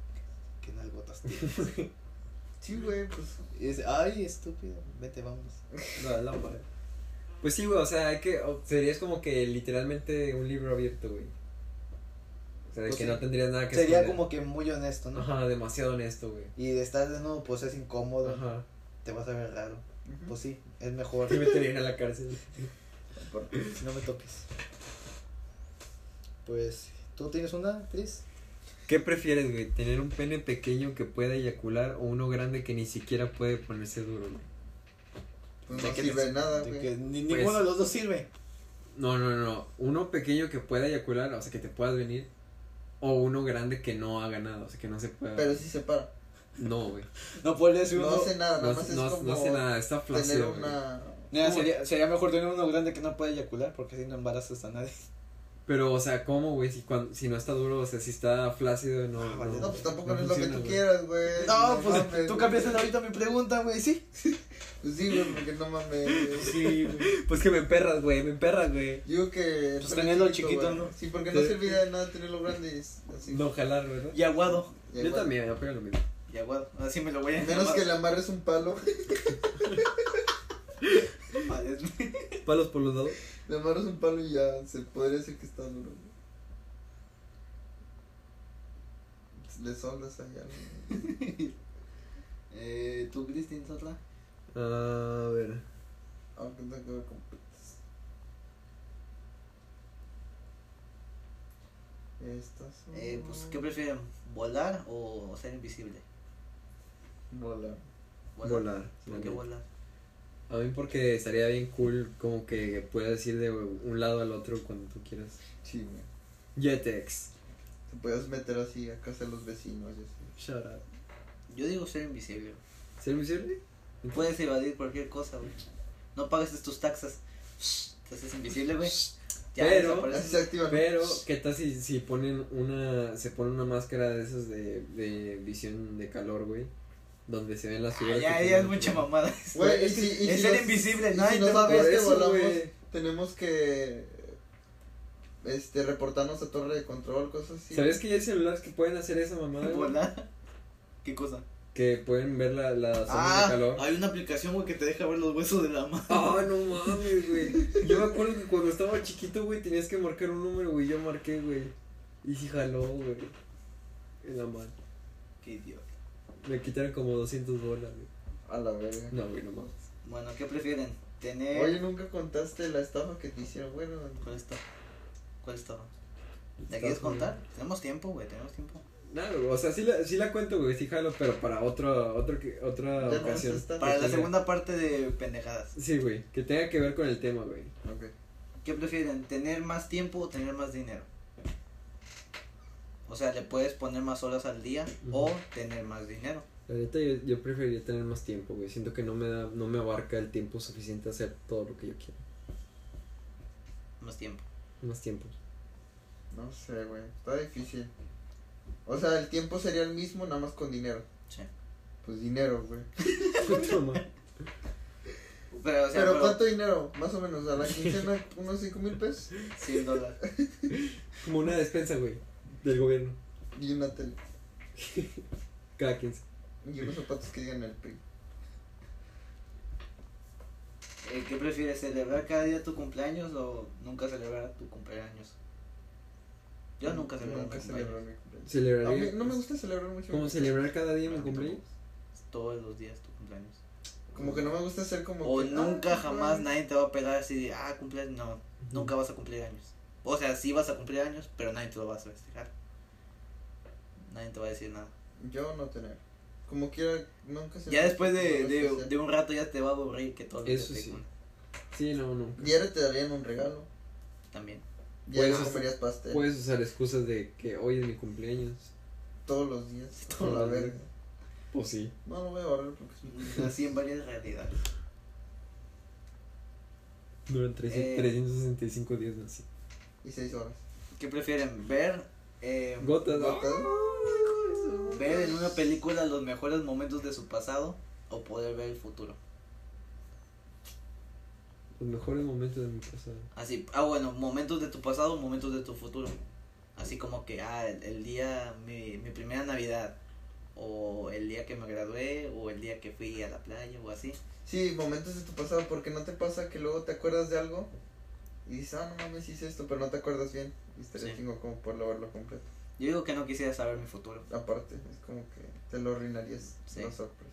Speaker 4: qué nalgotas tienes.
Speaker 2: Sí, güey, pues.
Speaker 4: Y dice, ay, estúpido, vete, vamos.
Speaker 3: La lámpara. Pues sí, güey, o sea, hay que, o- serías como que literalmente un libro abierto, güey. O sea, de
Speaker 4: Pues
Speaker 3: que
Speaker 4: sí.
Speaker 3: no tendrías nada que
Speaker 4: Sería
Speaker 3: esconder.
Speaker 4: como que muy honesto, ¿no?
Speaker 3: Ajá, demasiado honesto, güey.
Speaker 4: Y de estar desnudo, pues es incómodo,
Speaker 3: Ajá.
Speaker 4: te vas a ver raro. Pues sí, es mejor.
Speaker 3: Te meterían a la cárcel.
Speaker 4: no me toques. Pues, ¿tú tienes una, Cris?
Speaker 3: ¿Qué prefieres, güey? ¿Tener un pene pequeño que pueda eyacular o uno grande que ni siquiera puede ponerse duro, güey?
Speaker 2: Pues
Speaker 4: De
Speaker 2: no
Speaker 4: que
Speaker 2: sirve
Speaker 4: te-
Speaker 2: nada,
Speaker 4: de
Speaker 2: güey.
Speaker 4: que ni-
Speaker 3: Pues-
Speaker 4: ninguno de los dos sirve.
Speaker 3: No, no, no. Uno pequeño que pueda eyacular, o sea, que te puedas venir. O uno grande que no haga nada, o sea, que no se pueda.
Speaker 2: Pero sí se para.
Speaker 3: No, güey.
Speaker 4: No puedes
Speaker 2: No
Speaker 4: uno.
Speaker 2: hace nada,
Speaker 3: No,
Speaker 2: nada más
Speaker 3: no-
Speaker 2: es como.
Speaker 3: no hace nada, está
Speaker 2: Tener
Speaker 3: flácido, güey.
Speaker 2: una.
Speaker 4: Mira, sería, sería mejor tener uno grande que no pueda eyacular, porque así no embarazas a nadie.
Speaker 3: Pero, o sea, ¿cómo, güey? Si, cuan- si no está duro, o sea, si está flácido, no.
Speaker 4: Ah,
Speaker 3: no,
Speaker 4: vale,
Speaker 2: No, pues tampoco
Speaker 3: no
Speaker 2: no es lo que
Speaker 3: funciona,
Speaker 2: tú
Speaker 3: güey.
Speaker 2: quieras, güey.
Speaker 4: No, pues
Speaker 2: mames,
Speaker 4: tú
Speaker 2: güey.
Speaker 4: cambiaste ahorita mi pregunta, güey, sí.
Speaker 2: Pues sí, güey, porque no mames.
Speaker 4: Sí, güey.
Speaker 3: Pues que me emperras, güey, me emperras, güey.
Speaker 2: Digo que.
Speaker 4: Pues tenerlo chiquito,
Speaker 2: güey.
Speaker 4: ¿no?
Speaker 2: Sí, porque no
Speaker 3: Sí.
Speaker 2: serviría de nada tenerlo grande. es Así.
Speaker 3: No jalar, ¿verdad?
Speaker 4: Y aguado.
Speaker 2: Ya
Speaker 3: Yo
Speaker 2: igual.
Speaker 3: también, yo pego lo mismo.
Speaker 4: Y aguado. Así me lo voy a
Speaker 2: Menos que le amarres un palo.
Speaker 3: Palos por los lados.
Speaker 2: Le amarras un palo y ya se podría decir que está duro. güey. Le soldas allá.
Speaker 4: Eh, ¿Tú, Cris, tienes otra?
Speaker 3: A ver.
Speaker 2: Aunque no tenga que ver con putas. Estas. son-
Speaker 4: Eh, pues, ¿qué prefieren? ¿Volar o ser invisible?
Speaker 2: Mola.
Speaker 3: Volar.
Speaker 4: ¿Por qué volar?
Speaker 3: A mí porque estaría bien cool como que puedas ir de un lado al otro cuando tú quieras.
Speaker 2: Sí, güey.
Speaker 3: Jetex.
Speaker 2: Te podías meter así a casa de los vecinos y así.
Speaker 3: Shut up.
Speaker 4: Yo digo ser invisible.
Speaker 3: ¿Ser invisible?
Speaker 4: Puedes evadir cualquier cosa, güey. No pagues tus taxas. Te haces invisible, güey.
Speaker 3: Pero-
Speaker 2: Así se activa. ¿no?
Speaker 3: Pero, ¿qué tal si, si ponen una. Se pone una máscara de esas de, de visión de calor, güey? Donde se ven las
Speaker 6: Ah,
Speaker 3: figuras.
Speaker 6: ya,
Speaker 3: que
Speaker 6: ya es
Speaker 3: tienen-
Speaker 6: mucha mamada. eso.
Speaker 2: Güey, y si- y
Speaker 6: es
Speaker 2: si
Speaker 6: ser
Speaker 2: nos-
Speaker 6: invisible,
Speaker 2: y
Speaker 6: ¿no?
Speaker 2: Si
Speaker 6: Y
Speaker 2: no
Speaker 6: todo
Speaker 2: sabes
Speaker 3: por
Speaker 2: que
Speaker 3: eso,
Speaker 2: volamos,
Speaker 3: güey.
Speaker 2: tenemos que. Este, reportarnos a torre de control, cosas así.
Speaker 3: ¿Sabes que ya hay celulares que pueden hacer esa mamada? güey?
Speaker 6: Volada. ¿Qué cosa?
Speaker 3: Que pueden ver la, la zona
Speaker 6: Ah.
Speaker 3: de calor.
Speaker 6: hay una aplicación, güey, que te deja ver los huesos de la mano.
Speaker 3: Ah, no mames, güey. Yo me acuerdo que cuando estaba chiquito, güey, tenías que marcar un número, güey. Yo marqué, güey. Y sí jaló, güey. En la mano.
Speaker 6: Qué idiota.
Speaker 3: Me quitaron como 200 bolas, güey.
Speaker 2: A la verga.
Speaker 3: No, güey, no mames.
Speaker 6: Bueno, ¿qué prefieren? ¿Tener.
Speaker 2: Oye, nunca contaste la estafa que te hicieron, bueno.
Speaker 6: ¿Cuál está? ¿Cuál está? ¿La quieres contar? Tenemos tiempo, güey, tenemos tiempo.
Speaker 3: Nada, güey. O sea, sí la, sí la cuento, güey. Sí jalo, pero para otra otro, que-
Speaker 2: Ya
Speaker 3: otra
Speaker 2: no
Speaker 3: ocasión.
Speaker 2: vas a estar-
Speaker 6: Para la
Speaker 3: tenga-
Speaker 6: segunda parte de pendejadas.
Speaker 3: Sí, güey, que tenga que ver con el tema, güey.
Speaker 2: Ok.
Speaker 6: ¿Qué prefieren? ¿Tener más tiempo o tener más dinero? O sea, le puedes poner más horas al día
Speaker 3: Ujú.
Speaker 6: o tener más dinero.
Speaker 3: La neta, yo, yo preferiría tener más tiempo, güey. Siento que no me da, no me abarca el tiempo suficiente a hacer todo lo que yo quiero.
Speaker 6: Más tiempo.
Speaker 3: Más tiempo.
Speaker 2: No sé, güey. Está difícil. O sea, el tiempo sería el mismo, nada más con dinero.
Speaker 6: Sí.
Speaker 2: Pues dinero, güey.
Speaker 3: Puta madre.
Speaker 6: Pero, o sea,
Speaker 2: Pero
Speaker 6: pero
Speaker 2: ¿cuánto dinero? Más o menos, a la quincena, unos cinco mil pesos
Speaker 6: 100 dólares.
Speaker 3: Como una despensa, güey, del gobierno.
Speaker 2: y una tele.
Speaker 3: Cada 15.
Speaker 2: Y unos zapatos que digan el PRI.
Speaker 6: Eh, ¿Qué prefieres? ¿Celebrar cada día tu cumpleaños o nunca celebrar tu cumpleaños? Yo nunca celebro
Speaker 2: Mm, Nunca
Speaker 6: mi
Speaker 2: celebro
Speaker 6: cumpleaños.
Speaker 2: mi cumpleaños. A
Speaker 3: Celebraría.
Speaker 2: mí no me gusta celebrar mucho.
Speaker 3: ¿Cómo
Speaker 2: mi
Speaker 3: celebrar cada día mi
Speaker 6: No,
Speaker 3: cumpleaños?
Speaker 6: Todos los días tu cumpleaños.
Speaker 2: Como que no me gusta hacer como.
Speaker 6: O
Speaker 2: que,
Speaker 6: nunca
Speaker 2: ah,
Speaker 6: jamás
Speaker 2: bueno.
Speaker 6: nadie te va a pegar así de, ah, cumpleaños. No, nunca vas a cumplir años. O sea, sí vas a cumplir años, pero nadie te lo va a festejar. Nadie te va a decir nada.
Speaker 2: Yo no tener. Como quiera, nunca se
Speaker 6: Ya después de,
Speaker 2: no
Speaker 6: de,
Speaker 2: sé hacer.
Speaker 6: de un rato ya te va a aburrir que todo
Speaker 3: Eso sí. Sí, no, no.
Speaker 2: Diario te darían un regalo.
Speaker 6: También.
Speaker 2: Diario
Speaker 3: Puedes
Speaker 2: comerías pastel.
Speaker 3: Puedes usar excusas de que hoy es mi cumpleaños.
Speaker 2: Todos los días.
Speaker 3: Todos
Speaker 2: la
Speaker 3: los días.
Speaker 2: verga.
Speaker 3: O sí.
Speaker 2: No, no voy a ahorrar porque es muy-
Speaker 6: Así en varias realidades.
Speaker 3: Duran tres-
Speaker 6: Eh.
Speaker 3: 365 días más.
Speaker 2: Y seis horas.
Speaker 6: ¿Qué prefieren? ¿Ver, eh,
Speaker 3: Gotas. ¿no?
Speaker 2: ¿Gotas?
Speaker 6: ver en una película los mejores momentos de su pasado o poder ver el futuro?
Speaker 3: Los mejores momentos de mi pasado.
Speaker 6: Así, ah, bueno, momentos de tu pasado, momentos de tu futuro. Así como que, ah, el, el día, mi, mi primera Navidad, o el día que me gradué, o el día que fui a la playa, o así.
Speaker 2: Sí, momentos de tu pasado, porque no te pasa que luego te acuerdas de algo y dices, ah, no mames, hice esto, pero no te acuerdas bien. Y estaría
Speaker 6: Sí.
Speaker 2: chingo como por verlo completo.
Speaker 6: Yo digo que no quisiera saber mi futuro.
Speaker 2: Aparte, es como que te lo arruinarías.
Speaker 6: Sí.
Speaker 2: Una sorpresa.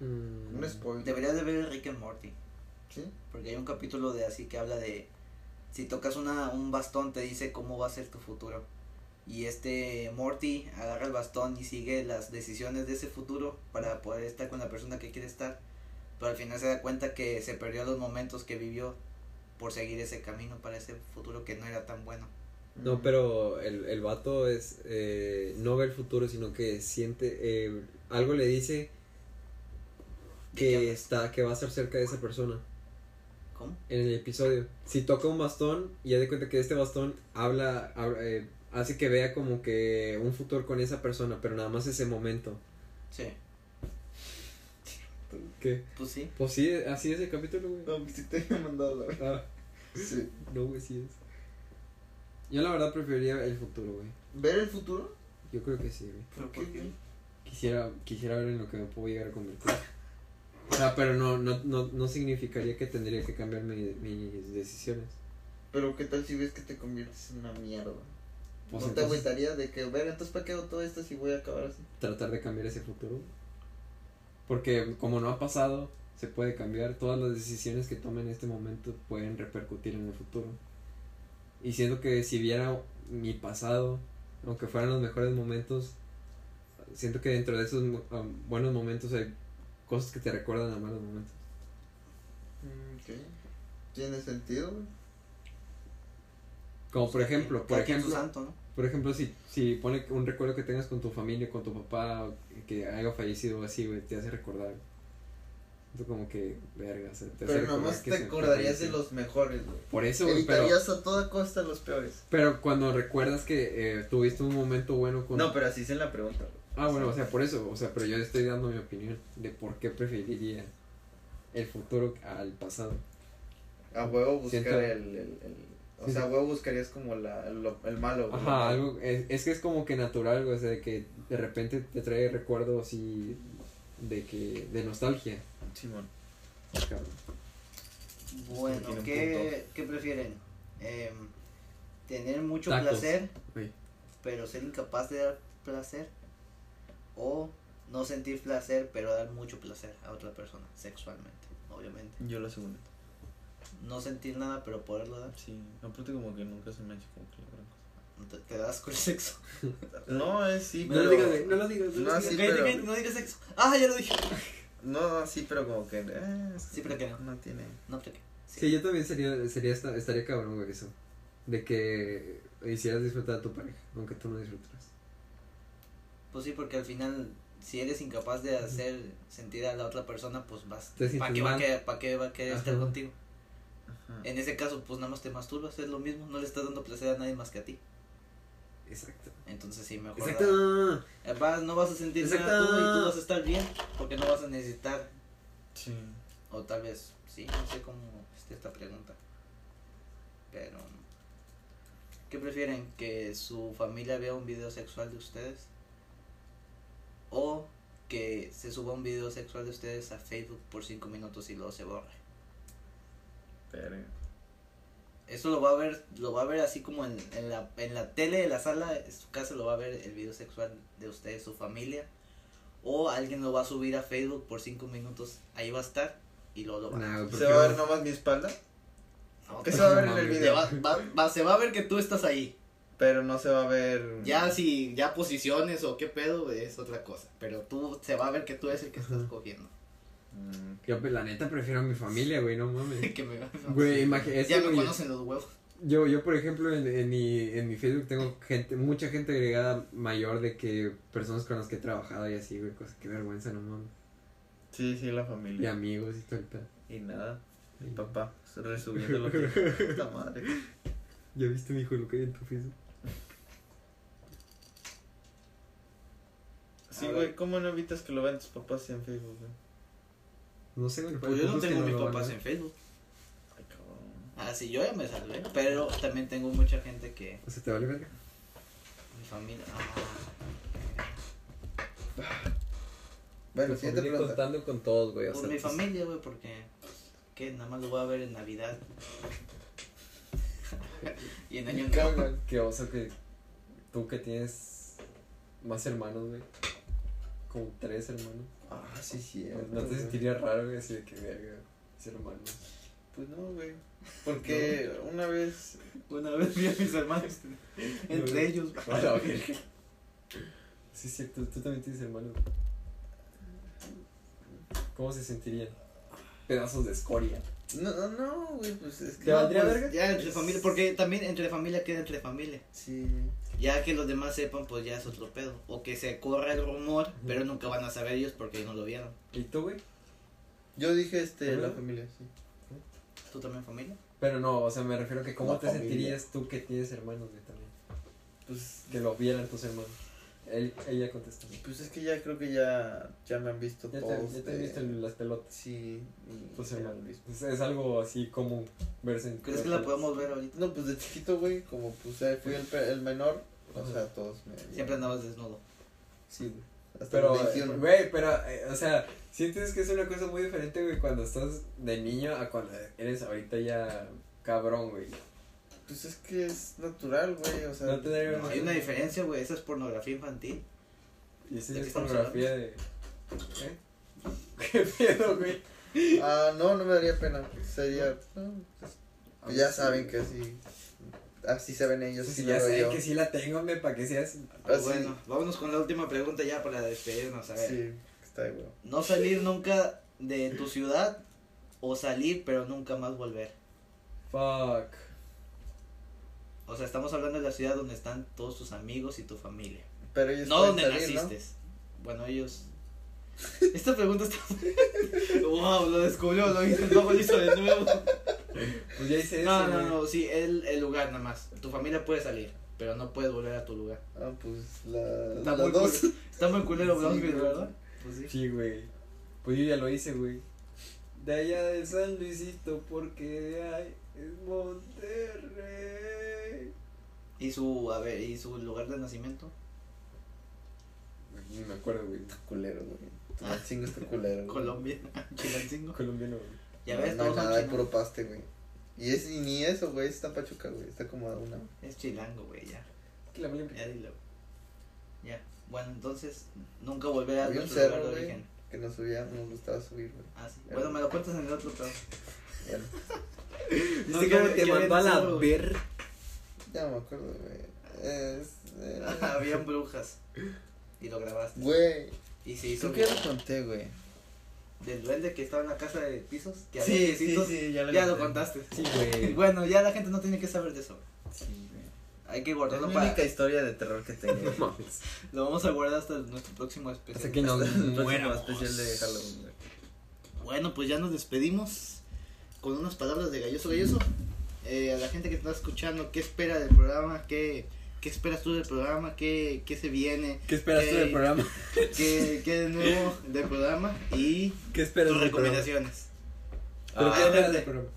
Speaker 3: Mm.
Speaker 2: Un spoiler.
Speaker 6: Deberías de ver Rick and Morty,
Speaker 2: ¿Sí?
Speaker 6: porque hay un capítulo de así que habla de, si tocas una, un bastón te dice cómo va a ser tu futuro. Y este Morty agarra el bastón y sigue las decisiones de ese futuro para poder estar con la persona que quiere estar. Pero al final se da cuenta que se perdió los momentos que vivió por seguir ese camino para ese futuro que no era tan bueno.
Speaker 2: Mm.
Speaker 3: No, pero el, el vato es eh, no ve el futuro, sino que siente eh, algo le dice que está que va a estar cerca de esa persona
Speaker 6: ¿Cómo?
Speaker 3: en el episodio. Si toca un bastón y ya de cuenta que este bastón habla, habla, eh, hace que vea como que un futuro con esa persona, pero nada más ese momento.
Speaker 6: Sí.
Speaker 3: ¿Qué?
Speaker 6: Pues sí.
Speaker 3: Pues sí, así es el capítulo, güey.
Speaker 2: No, pues sí te había mandado la verga.
Speaker 3: Ah,
Speaker 2: Sí.
Speaker 3: no, güey, sí es. Yo la verdad preferiría el futuro, güey.
Speaker 2: ¿Ver el futuro?
Speaker 3: Yo creo que sí, güey.
Speaker 6: ¿Pero
Speaker 2: ¿Por qué?
Speaker 3: Quisiera, quisiera ver en lo que me puedo llegar a convertir. O sea, pero no, no, no, no significaría que tendría que cambiar mi- mis decisiones.
Speaker 2: Pero ¿qué tal si ves que te conviertes en una mierda?
Speaker 3: Pues
Speaker 2: ¿No te
Speaker 3: entonces,
Speaker 2: agüitaría de que, ver, entonces para qué hago todo esto si voy a acabar así?
Speaker 3: tratar de cambiar ese futuro. Porque como no ha pasado, se puede cambiar. Todas las decisiones que tome en este momento pueden repercutir en el futuro. Y siento que si viera mi pasado, aunque fueran los mejores momentos, siento que dentro de esos um, buenos momentos hay cosas que te recuerdan a malos momentos.
Speaker 2: Mm, ok. Tiene sentido, güey.
Speaker 3: Como por ejemplo, por
Speaker 6: Cada quien su
Speaker 3: ejemplo,
Speaker 6: santo, ¿no?
Speaker 3: Por ejemplo, si, si pone un recuerdo que tengas con tu familia, con tu papá, que haya fallecido o así, güey, te hace recordar. Tú como que, verga, o sea, te hace
Speaker 1: Pero
Speaker 3: recordar
Speaker 1: nomás
Speaker 3: que
Speaker 1: te
Speaker 3: se-
Speaker 1: acordarías de los mejores, güey.
Speaker 3: Por eso, güey, pero,
Speaker 1: Evitarías a toda costa los peores.
Speaker 3: pero cuando recuerdas que eh, tuviste un momento bueno con...
Speaker 2: No, pero así es en la pregunta. güey.
Speaker 3: Ah, bueno, o sea, por eso, o sea, pero yo estoy dando mi opinión de por qué preferiría el futuro al pasado.
Speaker 1: A huevo buscar
Speaker 3: Siento-
Speaker 1: el, el, el- O sea, a huevo buscarías como la, lo- el malo, güey.
Speaker 3: Ajá, algo, es, es que es como que natural, güey, o sea, de que de repente te trae recuerdos así de que, de nostalgia,
Speaker 2: Simón.
Speaker 3: cabrón.
Speaker 6: Bueno,
Speaker 2: Pues, Tiene un
Speaker 6: ¿qué, ¿qué prefieren? Em, ¿Tener mucho
Speaker 3: Tacos.
Speaker 6: placer,
Speaker 3: Güey.
Speaker 6: pero ser incapaz de dar placer? ¿O no sentir placer, pero dar mucho placer a otra persona, sexualmente, obviamente?
Speaker 2: Yo la segunda.
Speaker 6: No sentir nada, pero poderlo dar.
Speaker 2: Sí. Aparte como que nunca se me ha hecho como que la gran cosa.
Speaker 6: Te, te das con el sexo.
Speaker 2: No, es sí,
Speaker 3: No lo
Speaker 2: pero...
Speaker 3: digas, güey, no lo digas. no lo
Speaker 1: No,
Speaker 3: digas.
Speaker 1: sí,
Speaker 6: Cállate,
Speaker 1: pero-
Speaker 6: cállate, no digas sexo. Ah, ya lo dije.
Speaker 2: No, sí, pero como que... eh, es
Speaker 6: Sí, pero que no.
Speaker 2: No tiene...
Speaker 6: No, pues, pero qué.
Speaker 3: Sí, yo también sería, sería esta- estaría cabrón, güey, eso. De que hicieras disfrutar a tu pareja, aunque tú no disfrutas.
Speaker 6: Pues sí, porque al final, si eres incapaz de hacer sentir a la otra persona, pues vas.
Speaker 3: Te sientes
Speaker 6: ¿Para qué, va a
Speaker 3: mal.
Speaker 6: querer- pa' qué va a querer estar
Speaker 3: Ajá.
Speaker 6: contigo?
Speaker 2: Ajá.
Speaker 6: En ese caso, pues nada más te masturbas, es lo mismo, no le estás dando placer a nadie más que a ti.
Speaker 3: Exacto.
Speaker 6: Entonces sí, mejor.
Speaker 3: Exacto.
Speaker 6: eh, vas- no vas a sentir nada
Speaker 3: Exacto.
Speaker 6: tú y tú vas a estar bien, porque no vas a necesitar,
Speaker 2: Sí.
Speaker 6: o tal vez, sí, no sé cómo esté esta pregunta. Pero, ¿qué prefieren? ¿Que su familia vea un video sexual de ustedes? ¿O que se suba un video sexual de ustedes a Facebook por 5 minutos y luego se borre?
Speaker 2: Pero...
Speaker 6: Eso lo va a ver, lo va a ver así como en, en la, en la tele de la sala, en su casa lo va a ver el video sexual de ustedes, su familia. O alguien lo va a subir a Facebook por cinco minutos, ahí va a estar y luego lo va
Speaker 3: Nah,
Speaker 6: a...
Speaker 3: güey,
Speaker 2: ¿Se
Speaker 3: porque
Speaker 2: va a
Speaker 3: no-
Speaker 2: ver nomás mi espalda?
Speaker 6: No,
Speaker 1: ¿Qué
Speaker 6: te-
Speaker 1: se va a ver en el
Speaker 3: Mames.
Speaker 6: te
Speaker 1: video?
Speaker 6: va- va- va- se va a ver que tú estás ahí.
Speaker 2: Pero no se va a ver...
Speaker 3: Mm.
Speaker 6: Ya si ya posiciones o qué pedo güey, es otra cosa. Pero tú se va a ver que tú eres el que estás cogiendo.
Speaker 2: Mm,
Speaker 3: Yo, pues, la neta, prefiero a mi familia, güey, no mames.
Speaker 6: Que me va-
Speaker 3: Güey, imagi- es
Speaker 6: ya
Speaker 3: que,
Speaker 6: me
Speaker 3: güey,
Speaker 6: conocen los huevos.
Speaker 3: Yo, yo, por ejemplo, en, en, mi, en mi Facebook tengo gente, mucha gente agregada mayor de que personas con las que he trabajado y así, güey, cosa que vergüenza, no mames.
Speaker 2: Sí, sí, la
Speaker 3: Y
Speaker 2: familia.
Speaker 3: amigos y todo el pedo.
Speaker 2: Y nada. Mi papá resubiendo lo que... Puta madre.
Speaker 3: ¿Ya viste mi hijo lo que hay en tu Facebook?
Speaker 2: Sí,
Speaker 6: A
Speaker 2: güey,
Speaker 6: ver.
Speaker 2: ¿cómo no evitas que lo vean tus papás en Facebook, güey?
Speaker 3: No sé, güey.
Speaker 6: Pues
Speaker 3: el
Speaker 6: yo no
Speaker 3: punto es que
Speaker 6: tengo mis
Speaker 3: lo van a
Speaker 6: papás
Speaker 3: ver.
Speaker 6: en Facebook.
Speaker 2: Ay, cabrón.
Speaker 6: Ah, sí, yo ya me salvé. Pero también tengo mucha gente que...
Speaker 3: O sea, ¿te vale verga?
Speaker 6: Mi familia. ah.
Speaker 1: Bueno,
Speaker 3: Tu
Speaker 1: siguiente
Speaker 3: familia
Speaker 1: pregunta.
Speaker 3: Pues, contando con todos, güey. o
Speaker 6: Por
Speaker 3: sea,
Speaker 6: mi
Speaker 3: pues,
Speaker 6: familia, güey, porque. Que nada más lo voy a ver en Navidad. y en Año
Speaker 3: Claro,
Speaker 6: Nuevo.
Speaker 3: güey, Qué oso que tú que tienes más hermanos, güey. Como tres hermanos.
Speaker 1: Ah, sí, sí.
Speaker 3: No te sentirías raro, güey, así de que verga. mis hermanos.
Speaker 2: Pues no, güey. Porque una vez
Speaker 6: Una vez vi a mis hermanos. entre ellos.
Speaker 3: A la verga. Sí, es cierto, tú también tienes hermanos. ¿Cómo se sentirían? Pedazos de escoria.
Speaker 1: No, no, no, güey, pues es que.
Speaker 3: ¿Te valdría verga?
Speaker 6: Ya entre familia, porque también entre familia queda entre familia.
Speaker 1: Sí.
Speaker 6: Ya que los demás sepan, pues ya es otro pedo. O que se corra el rumor, pero nunca van a saber ellos porque no lo vieron.
Speaker 3: ¿Y tú, güey?
Speaker 1: Yo dije, este,
Speaker 3: ¿Verdad?
Speaker 1: la familia, sí.
Speaker 6: ¿Tú también familia?
Speaker 3: Pero no, o sea, me refiero a que cómo
Speaker 1: La
Speaker 3: te
Speaker 1: familia.
Speaker 3: sentirías tú que tienes hermanos, güey, también. Pues que lo vieran tus hermanos. Él, ella contestó.
Speaker 1: Pues es que ya creo que ya, ya me han visto
Speaker 3: Ya te,
Speaker 1: todos.
Speaker 3: ya te Pues
Speaker 1: de-
Speaker 3: viste las pelotas.
Speaker 1: Sí. y
Speaker 3: Tus
Speaker 1: ya me
Speaker 3: hermanos.
Speaker 1: han visto.
Speaker 3: Es, es algo así común verse en.
Speaker 6: ¿Crees que la podemos ver ahorita?
Speaker 1: No, pues de chiquito, güey, como pues eh, fui el, pe- el menor, o
Speaker 3: Ajá.
Speaker 1: sea, todos me.
Speaker 6: Siempre andabas desnudo.
Speaker 1: Sí, güey. Hasta
Speaker 3: Pero,
Speaker 1: los 21.
Speaker 3: güey, pero, eh, o sea, sientes que es una cosa muy diferente, güey, cuando estás de niño a cuando eres ahorita ya cabrón, güey.
Speaker 1: Pues es que es natural, güey, o sea.
Speaker 3: No tener
Speaker 6: No, hay una diferencia, güey. Esa es pornografía infantil.
Speaker 3: Y esa
Speaker 6: ¿De
Speaker 3: ya
Speaker 6: qué
Speaker 3: es
Speaker 6: estamos
Speaker 3: pornografía de. ¿Eh? ¿Qué pedo, güey?
Speaker 1: Ah, no, no me daría pena. Sería. no, pues, pues ya saben que así. Así se ven ellos.
Speaker 3: Pues
Speaker 1: así
Speaker 3: sí,
Speaker 1: me
Speaker 3: ya
Speaker 1: veo
Speaker 3: sé
Speaker 1: yo.
Speaker 3: que sí la tengo, hombre, para que
Speaker 1: Ah,
Speaker 3: seas.
Speaker 1: sí.
Speaker 6: Pues Bueno, vámonos con la última pregunta ya para despedirnos. A ver,
Speaker 1: Sí, está de huevo.
Speaker 6: no salir nunca de tu ciudad o salir pero nunca más volver.
Speaker 3: Fuck.
Speaker 6: O sea, estamos hablando de la ciudad donde están todos tus amigos y tu familia.
Speaker 1: Pero ellos
Speaker 6: No
Speaker 1: pueden
Speaker 6: donde
Speaker 1: salir,
Speaker 6: naciste. Bueno, ellos Esta pregunta está. wow, lo descubrió, lo hizo, no lo hizo de nuevo.
Speaker 3: Pues ya hice
Speaker 6: No,
Speaker 3: eso.
Speaker 6: no,
Speaker 3: güey.
Speaker 6: no, sí, el, el lugar nada más. Tu familia puede salir, pero no puedes volver a tu lugar.
Speaker 1: Ah, pues la,
Speaker 6: Está
Speaker 1: la
Speaker 6: muy
Speaker 1: dos.
Speaker 6: culero. Está muy culero
Speaker 1: Sí,
Speaker 6: Brownsville,
Speaker 1: güey.
Speaker 6: ¿verdad? Pues sí.
Speaker 3: Sí, güey. Pues yo ya lo hice, güey. De allá de San Luisito, porque de ahí es Monterrey.
Speaker 6: ¿Y su, a ver, ¿y su lugar de nacimiento?
Speaker 3: Ni me acuerdo, güey.
Speaker 1: Culero, güey. Tu machingo está culero. güey.
Speaker 6: Colombia, Chilancingo.
Speaker 3: Colombiano, güey.
Speaker 6: Ya
Speaker 1: No,
Speaker 6: ves,
Speaker 1: no hay
Speaker 6: todos son
Speaker 1: nada, es
Speaker 6: chinos.
Speaker 1: puro paste, güey. Y, es, y ni eso, güey, está pachuca, güey, está como a una.
Speaker 6: Es chilango, güey, ya.
Speaker 3: Que la mala
Speaker 6: Ya dilo. Ya. Bueno, entonces, nunca volverás a
Speaker 1: Había un
Speaker 6: nuestro lugar
Speaker 1: cerro,
Speaker 6: de
Speaker 1: güey.
Speaker 6: origen.
Speaker 1: Que nos subía, nos gustaba subir, güey.
Speaker 6: Ah, sí. Bueno, me lo cuentas en el otro pedo.
Speaker 1: Ya,
Speaker 3: No,
Speaker 6: Sí,
Speaker 3: creo
Speaker 6: que-
Speaker 3: que te
Speaker 6: que
Speaker 3: mandó a la
Speaker 6: había-
Speaker 3: ver.
Speaker 1: ya no me acuerdo, güey. Es, eh,
Speaker 6: Habían brujas. Y lo grabaste.
Speaker 1: Güey,
Speaker 6: Y se hizo
Speaker 1: creo que ya lo conté, güey.
Speaker 6: del duende que estaba en la casa de pisos. Que había
Speaker 2: Sí, sí,
Speaker 6: pisos.
Speaker 2: sí, ya lo,
Speaker 6: Ya lo contaste.
Speaker 3: Sí, güey.
Speaker 6: Bueno, ya la gente no tiene que saber de eso.
Speaker 2: Sí, güey.
Speaker 6: Hay que
Speaker 2: Es la
Speaker 6: guardarlo para.
Speaker 2: única historia de terror que tengo.
Speaker 3: No mames.
Speaker 6: Lo vamos a guardar hasta nuestro próximo especial.
Speaker 3: Hasta que nos
Speaker 2: El próximo
Speaker 3: muéramos.
Speaker 2: especial de Halloween, güey.
Speaker 6: Bueno, pues ya nos despedimos con unas palabras de Galloso Galloso. Eh, a la gente que está escuchando, ¿qué espera del programa? ¿Qué, qué esperas tú del programa? ¿Qué, qué se viene?
Speaker 3: ¿Qué esperas tú
Speaker 6: ¿Qué-
Speaker 3: del programa?
Speaker 6: ¿Qué, qué de nuevo del programa? Y
Speaker 3: ¿Qué esperas
Speaker 6: tus
Speaker 3: del programa?
Speaker 6: recomendaciones.
Speaker 3: ¿Pero
Speaker 2: Ah,
Speaker 3: qué esperas
Speaker 6: espérate.
Speaker 3: del programa?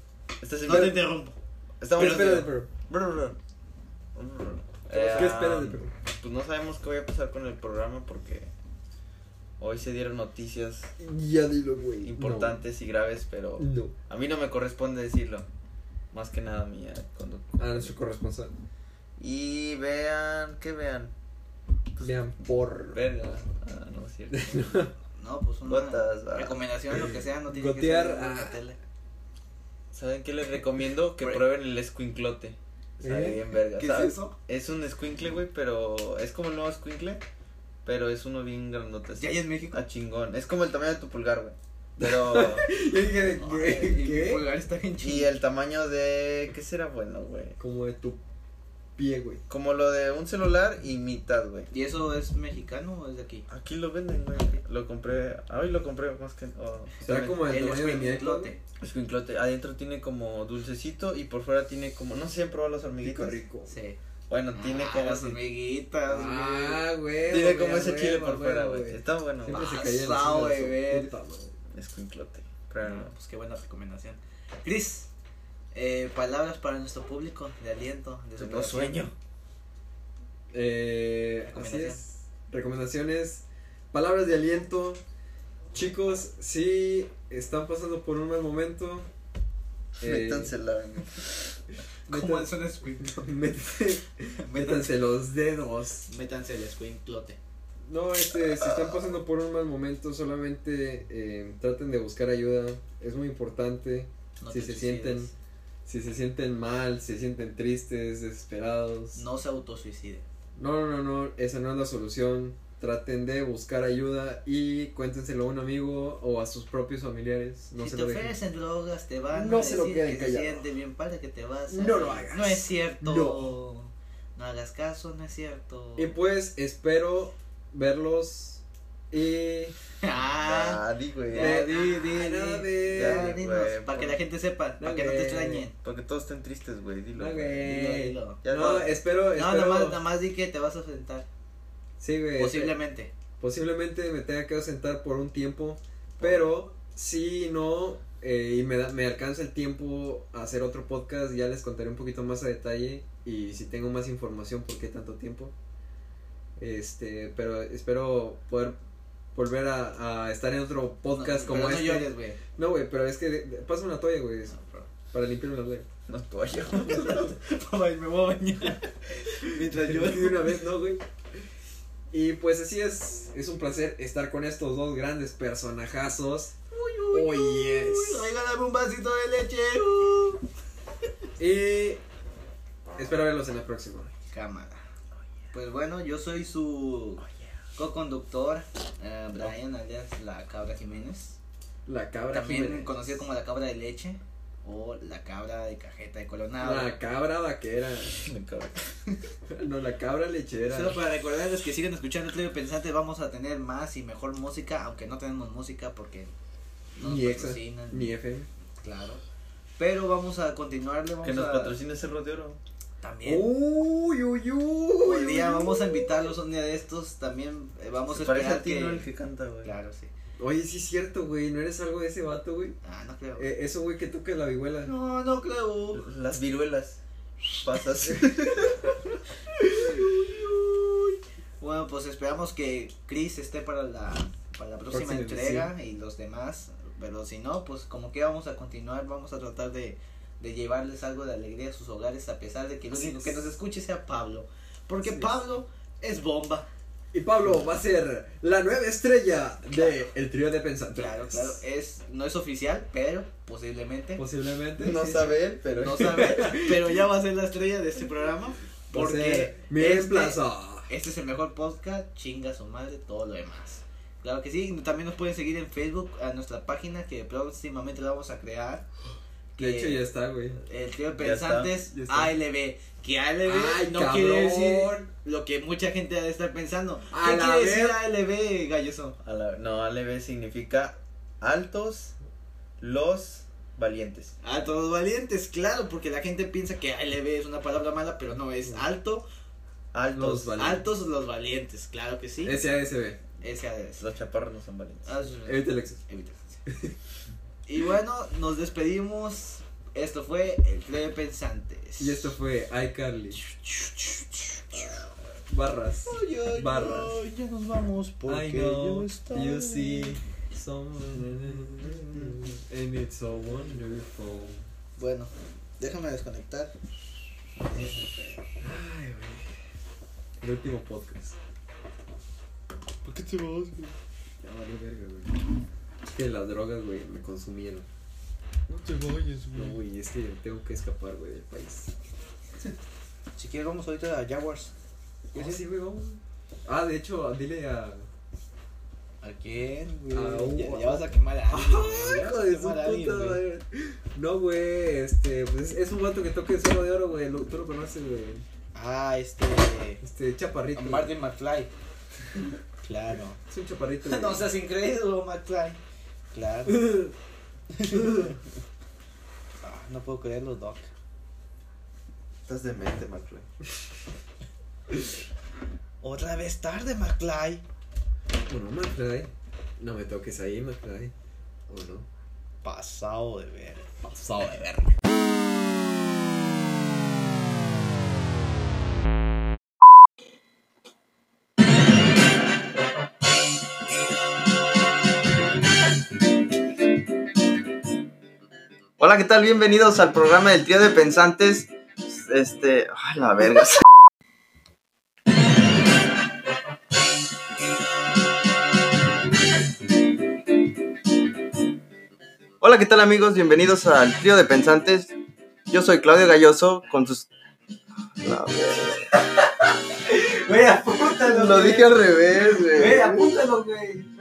Speaker 2: este es el-
Speaker 6: No te interrumpo.
Speaker 2: Estamos
Speaker 3: ¿Qué esperas del
Speaker 2: haciendo-
Speaker 3: programa?
Speaker 2: Brr, brr, brr. Eh,
Speaker 3: ¿Qué esperas del programa?
Speaker 2: Pues no sabemos qué va a pasar con el programa porque hoy se dieron noticias
Speaker 3: Ya dilo, güey.
Speaker 2: importantes y graves, pero
Speaker 3: No.
Speaker 2: a mí no me corresponde decirlo. Más que nada mía. Cuando...
Speaker 3: A nuestro Ah, corresponsal.
Speaker 2: Y vean, que vean.
Speaker 3: Vean por.
Speaker 2: Verga. Ah, no es cierto.
Speaker 6: No, pues una
Speaker 2: Gotas, va.
Speaker 6: recomendación, lo que sea, no tiene
Speaker 3: Gotear,
Speaker 6: que ser de la
Speaker 3: ah.
Speaker 6: tele.
Speaker 2: ¿Saben qué les recomiendo? Que
Speaker 6: Pre-
Speaker 2: prueben el escuinclote. Sabe
Speaker 3: ¿Eh?
Speaker 2: bien verga.
Speaker 6: ¿Qué
Speaker 2: ¿sabes?
Speaker 6: es eso?
Speaker 2: Es un escuincle, güey, pero es como el nuevo escuincle, pero es uno bien grandote. así.
Speaker 6: Ya hay en México.
Speaker 2: A chingón. Es como el tamaño de tu pulgar, güey. Pero.
Speaker 3: Yo dije,
Speaker 6: No,
Speaker 3: güey,
Speaker 6: y mi
Speaker 3: ¿qué?
Speaker 6: pulgar está bien
Speaker 2: y
Speaker 6: chido.
Speaker 2: el tamaño de. ¿Qué será bueno, güey?
Speaker 3: Como de tu pie, güey.
Speaker 2: Como lo de un celular y mitad, güey.
Speaker 6: ¿Y eso es mexicano o es de aquí?
Speaker 2: Aquí lo venden, güey. Lo compré. Hoy lo compré más que. Oh,
Speaker 3: Será
Speaker 2: sí,
Speaker 3: como Pues, el
Speaker 6: El
Speaker 3: tamaño de mi
Speaker 6: escuinclote.
Speaker 3: dedo,
Speaker 2: escuinclote. Adentro tiene como dulcecito y por fuera tiene como. No sé si han probado las
Speaker 3: güey.
Speaker 2: hormiguitas.
Speaker 3: Rico, rico.
Speaker 6: Sí.
Speaker 2: Bueno, tiene como.
Speaker 6: las
Speaker 2: así-
Speaker 6: hormiguitas, güey.
Speaker 3: Ah, güey.
Speaker 2: Tiene
Speaker 3: güey,
Speaker 2: como ese
Speaker 3: güey,
Speaker 2: chile
Speaker 3: güey,
Speaker 2: por fuera,
Speaker 3: güey.
Speaker 2: güey. Está bueno, güey.
Speaker 3: Siempre se
Speaker 6: Ah,
Speaker 3: caía en la
Speaker 6: sao,
Speaker 3: cima de su
Speaker 6: bebé.
Speaker 3: puta madre.
Speaker 2: Escuinclote.
Speaker 6: Ah,
Speaker 2: Créanlo.
Speaker 6: pues qué buena recomendación. Cris, eh, palabras para nuestro público de aliento, de
Speaker 2: Tengo sueño.
Speaker 3: Eh, así
Speaker 6: Recomendación.
Speaker 3: es. Recomendaciones, palabras de aliento. Chicos, si están pasando por un mal momento, Eh.
Speaker 1: Métanse la verga.
Speaker 6: ¿Cómo es un squint?
Speaker 3: métanse, métanse los dedos.
Speaker 6: Métanse el squintlote.
Speaker 3: No, este, si están pasando por un mal momento, solamente eh, traten de buscar ayuda. Es muy importante.
Speaker 6: No
Speaker 3: si
Speaker 6: te
Speaker 3: se
Speaker 6: suicides.
Speaker 3: sienten, si se sienten mal, si se sienten tristes, desesperados.
Speaker 6: No se autosuicide.
Speaker 3: No, no, no, no, esa no es la solución. Traten de buscar ayuda y cuéntenselo a un amigo o a sus propios familiares. No
Speaker 6: si
Speaker 3: se
Speaker 6: te
Speaker 3: lo dejen.
Speaker 6: ofrecen drogas, te van
Speaker 3: No
Speaker 6: a
Speaker 3: se
Speaker 6: decir
Speaker 3: lo queden
Speaker 6: que se
Speaker 3: callado.
Speaker 6: siente bien padre que te vas. a-
Speaker 3: No lo hagas.
Speaker 6: No es cierto.
Speaker 3: No.
Speaker 6: No hagas caso, no es cierto.
Speaker 3: Y pues espero verlos y
Speaker 6: ah,
Speaker 2: Ah, di, güey.
Speaker 6: ya, di, di,
Speaker 3: Ah, no,
Speaker 6: di.
Speaker 3: de-
Speaker 6: Ya,
Speaker 2: güey,
Speaker 6: dinos,
Speaker 3: pues,
Speaker 2: por-
Speaker 6: para que la gente sepa, para que no te
Speaker 3: güey.
Speaker 6: extrañen.
Speaker 2: Porque todos estén tristes, güey. Dilo.
Speaker 3: No,
Speaker 2: güey.
Speaker 3: güey.
Speaker 6: Dilo, dilo.
Speaker 2: Ya
Speaker 3: no,
Speaker 2: no.
Speaker 3: espero,
Speaker 6: No,
Speaker 3: espero
Speaker 6: nada más, nada más di que te vas a sentar.
Speaker 3: sí, güey,
Speaker 6: Posiblemente.
Speaker 3: posiblemente me tenga que ausentar por un tiempo, pero si no eh, y me, da- me alcanza el tiempo a hacer otro podcast, ya les contaré un poquito más a detalle y si tengo más información por qué tanto tiempo. Este, pero espero poder volver a, a estar en otro podcast
Speaker 6: No,
Speaker 3: como
Speaker 6: pero
Speaker 3: este.
Speaker 6: No llores, güey.
Speaker 3: No, güey, pero es que de- de- pásame una toalla, güey,
Speaker 6: No, pero-
Speaker 3: para limpiarme la toalla.
Speaker 2: No toalla.
Speaker 6: Ay, me voy a bañar. Mientras yo.
Speaker 3: De una vez, ¿no, güey? Y pues así es, es un placer estar con estos dos grandes personajazos. Oh, yes.
Speaker 6: Oigan, dame un vasito de leche. uh.
Speaker 3: Y espero verlos en la próxima.
Speaker 6: Cámara. Pues bueno, yo soy su co-conductor, eh, Brian, alias la cabra Jiménez.
Speaker 3: La cabra
Speaker 6: También
Speaker 3: Jiménez.
Speaker 6: conocido como la cabra de leche. o la cabra de cajeta de colonado.
Speaker 3: La cabra vaquera. No, la cabra lechera.
Speaker 6: Solo para recordarles que siguen escuchando Trio Pensante, vamos a tener más y mejor música, aunque no tenemos música porque no nos
Speaker 3: Ni exa,
Speaker 6: patrocinan,
Speaker 3: ni F.
Speaker 6: claro. Pero vamos a continuarle, vamos
Speaker 2: Que nos
Speaker 6: a
Speaker 2: patrocine Cerro de Oro.
Speaker 6: también.
Speaker 3: Uh, Uy, uy, uy.
Speaker 6: un día vamos a invitarlos un día de estos, también eh, vamos a
Speaker 2: Se parece
Speaker 6: esperar
Speaker 2: a ti,
Speaker 6: que...
Speaker 2: ¿no? El que canta, güey.
Speaker 6: Claro, sí.
Speaker 3: Oye, sí es cierto, güey. ¿No eres algo de ese vato, güey?
Speaker 6: Ah, no creo.
Speaker 3: Eh, eso, güey, que toca la vihuela.
Speaker 6: No, no creo.
Speaker 2: Las viruelas. Pasas.
Speaker 6: Bueno, pues esperamos que Chris esté para la, para la próxima,
Speaker 3: Próxima
Speaker 6: entrega y los demás. Pero si no, pues como que vamos a continuar, vamos a tratar de, de llevarles algo de alegría a sus hogares, a pesar de que el
Speaker 3: Así
Speaker 6: único
Speaker 3: es.
Speaker 6: que nos escuche sea Pablo. Porque
Speaker 3: Así es.
Speaker 6: Pablo es bomba.
Speaker 3: Y Pablo va a ser la nueva estrella de el trío de pensantes.
Speaker 6: Claro, claro. Eh, Es, no es oficial, pero posiblemente.
Speaker 3: Posiblemente.
Speaker 1: No
Speaker 3: sí.
Speaker 1: sabe él, pero.
Speaker 6: no sabe, pero ya va a ser la estrella de este programa.
Speaker 3: Va a
Speaker 6: Porque
Speaker 3: ser mi
Speaker 6: este-
Speaker 3: plaza.
Speaker 6: Este es el mejor podcast, chinga su madre, todo lo demás. Claro que sí, también nos pueden seguir en Facebook, a nuestra página que próximamente la vamos a crear.
Speaker 3: De hecho,
Speaker 6: eh,
Speaker 3: ya está, güey.
Speaker 6: El trío de
Speaker 2: Ya
Speaker 6: pensantes
Speaker 3: está, ya está.
Speaker 6: ALB. Que ALB
Speaker 3: Ay,
Speaker 6: no
Speaker 3: cabrón.
Speaker 6: quiere decir lo que mucha gente debe estar pensando.
Speaker 3: A
Speaker 6: ¿Qué
Speaker 3: la
Speaker 6: quiere decir
Speaker 3: ver-
Speaker 6: ALB, galloso?
Speaker 2: A la- no, ALB significa altos, los valientes.
Speaker 6: A todos valientes, claro, porque la gente piensa que ALB es una palabra mala, pero no, es alto,
Speaker 2: Altos.
Speaker 3: Los
Speaker 2: Los,
Speaker 3: valientes.
Speaker 6: altos los valientes, claro que sí.
Speaker 3: SASB.
Speaker 6: Ese es.
Speaker 2: chaparros no son valientes.
Speaker 6: Ah, sí.
Speaker 3: Evita el exceso.
Speaker 6: Evita el exceso. Y bueno, nos despedimos. Esto fue El Trío de Pensantes.
Speaker 3: Y esto fue iCarly. Barras. Barras.
Speaker 5: Ay, ya nos vamos porque
Speaker 3: I know
Speaker 5: yo estoy.
Speaker 3: you see someone and it's so wonderful.
Speaker 4: Bueno, déjame desconectar.
Speaker 3: Ay, güey. El último podcast.
Speaker 5: ¿Por qué te vas, güey?
Speaker 3: Ya valió verga, güey. Es que las drogas, güey, me consumieron.
Speaker 5: No te vayas,
Speaker 3: No,
Speaker 5: güey.
Speaker 3: güey, es que tengo que escapar, güey, del país.
Speaker 4: Si quieres, vamos ahorita a Jaguars.
Speaker 3: ¿Qué sí, güey, vamos. Ah, de hecho, dile a.
Speaker 4: ¿A quién, güey?
Speaker 3: Ah, uh,
Speaker 4: ya, ya vas a quemar a alguien. güey, ya vas
Speaker 3: Hijo
Speaker 4: a
Speaker 3: de su
Speaker 4: quemar a
Speaker 3: puta
Speaker 4: alguien, güey.
Speaker 3: madre. No, güey, este, pues es, es un vato que toca el cerro de oro, güey. lo- Tú lo conoces, güey.
Speaker 4: Ah, este.
Speaker 3: Este, chaparrito. güey.
Speaker 4: Martin McFly. claro.
Speaker 3: Es un chaparrito. güey.
Speaker 4: no seas incrédulo, McFly. Claro. Ah, no puedo creerlo, Doc.
Speaker 2: Estás demente, McFly.
Speaker 4: Otra vez tarde, McFly.
Speaker 3: Bueno, McFly. No me toques ahí, McFly. ¿O no?
Speaker 4: Pasado de ver.
Speaker 3: Pasado de ver.
Speaker 2: Hola, ¿qué tal? Bienvenidos al programa del Trío de Pensantes. Este. ¡Ay, la verga! Hola, ¿qué tal, amigos? Bienvenidos al Trío de Pensantes. Yo soy Claudio Galloso con sus. La verga.
Speaker 6: Güey, apúntalo.
Speaker 2: Lo dije al revés, güey.
Speaker 6: apúntalo, güey.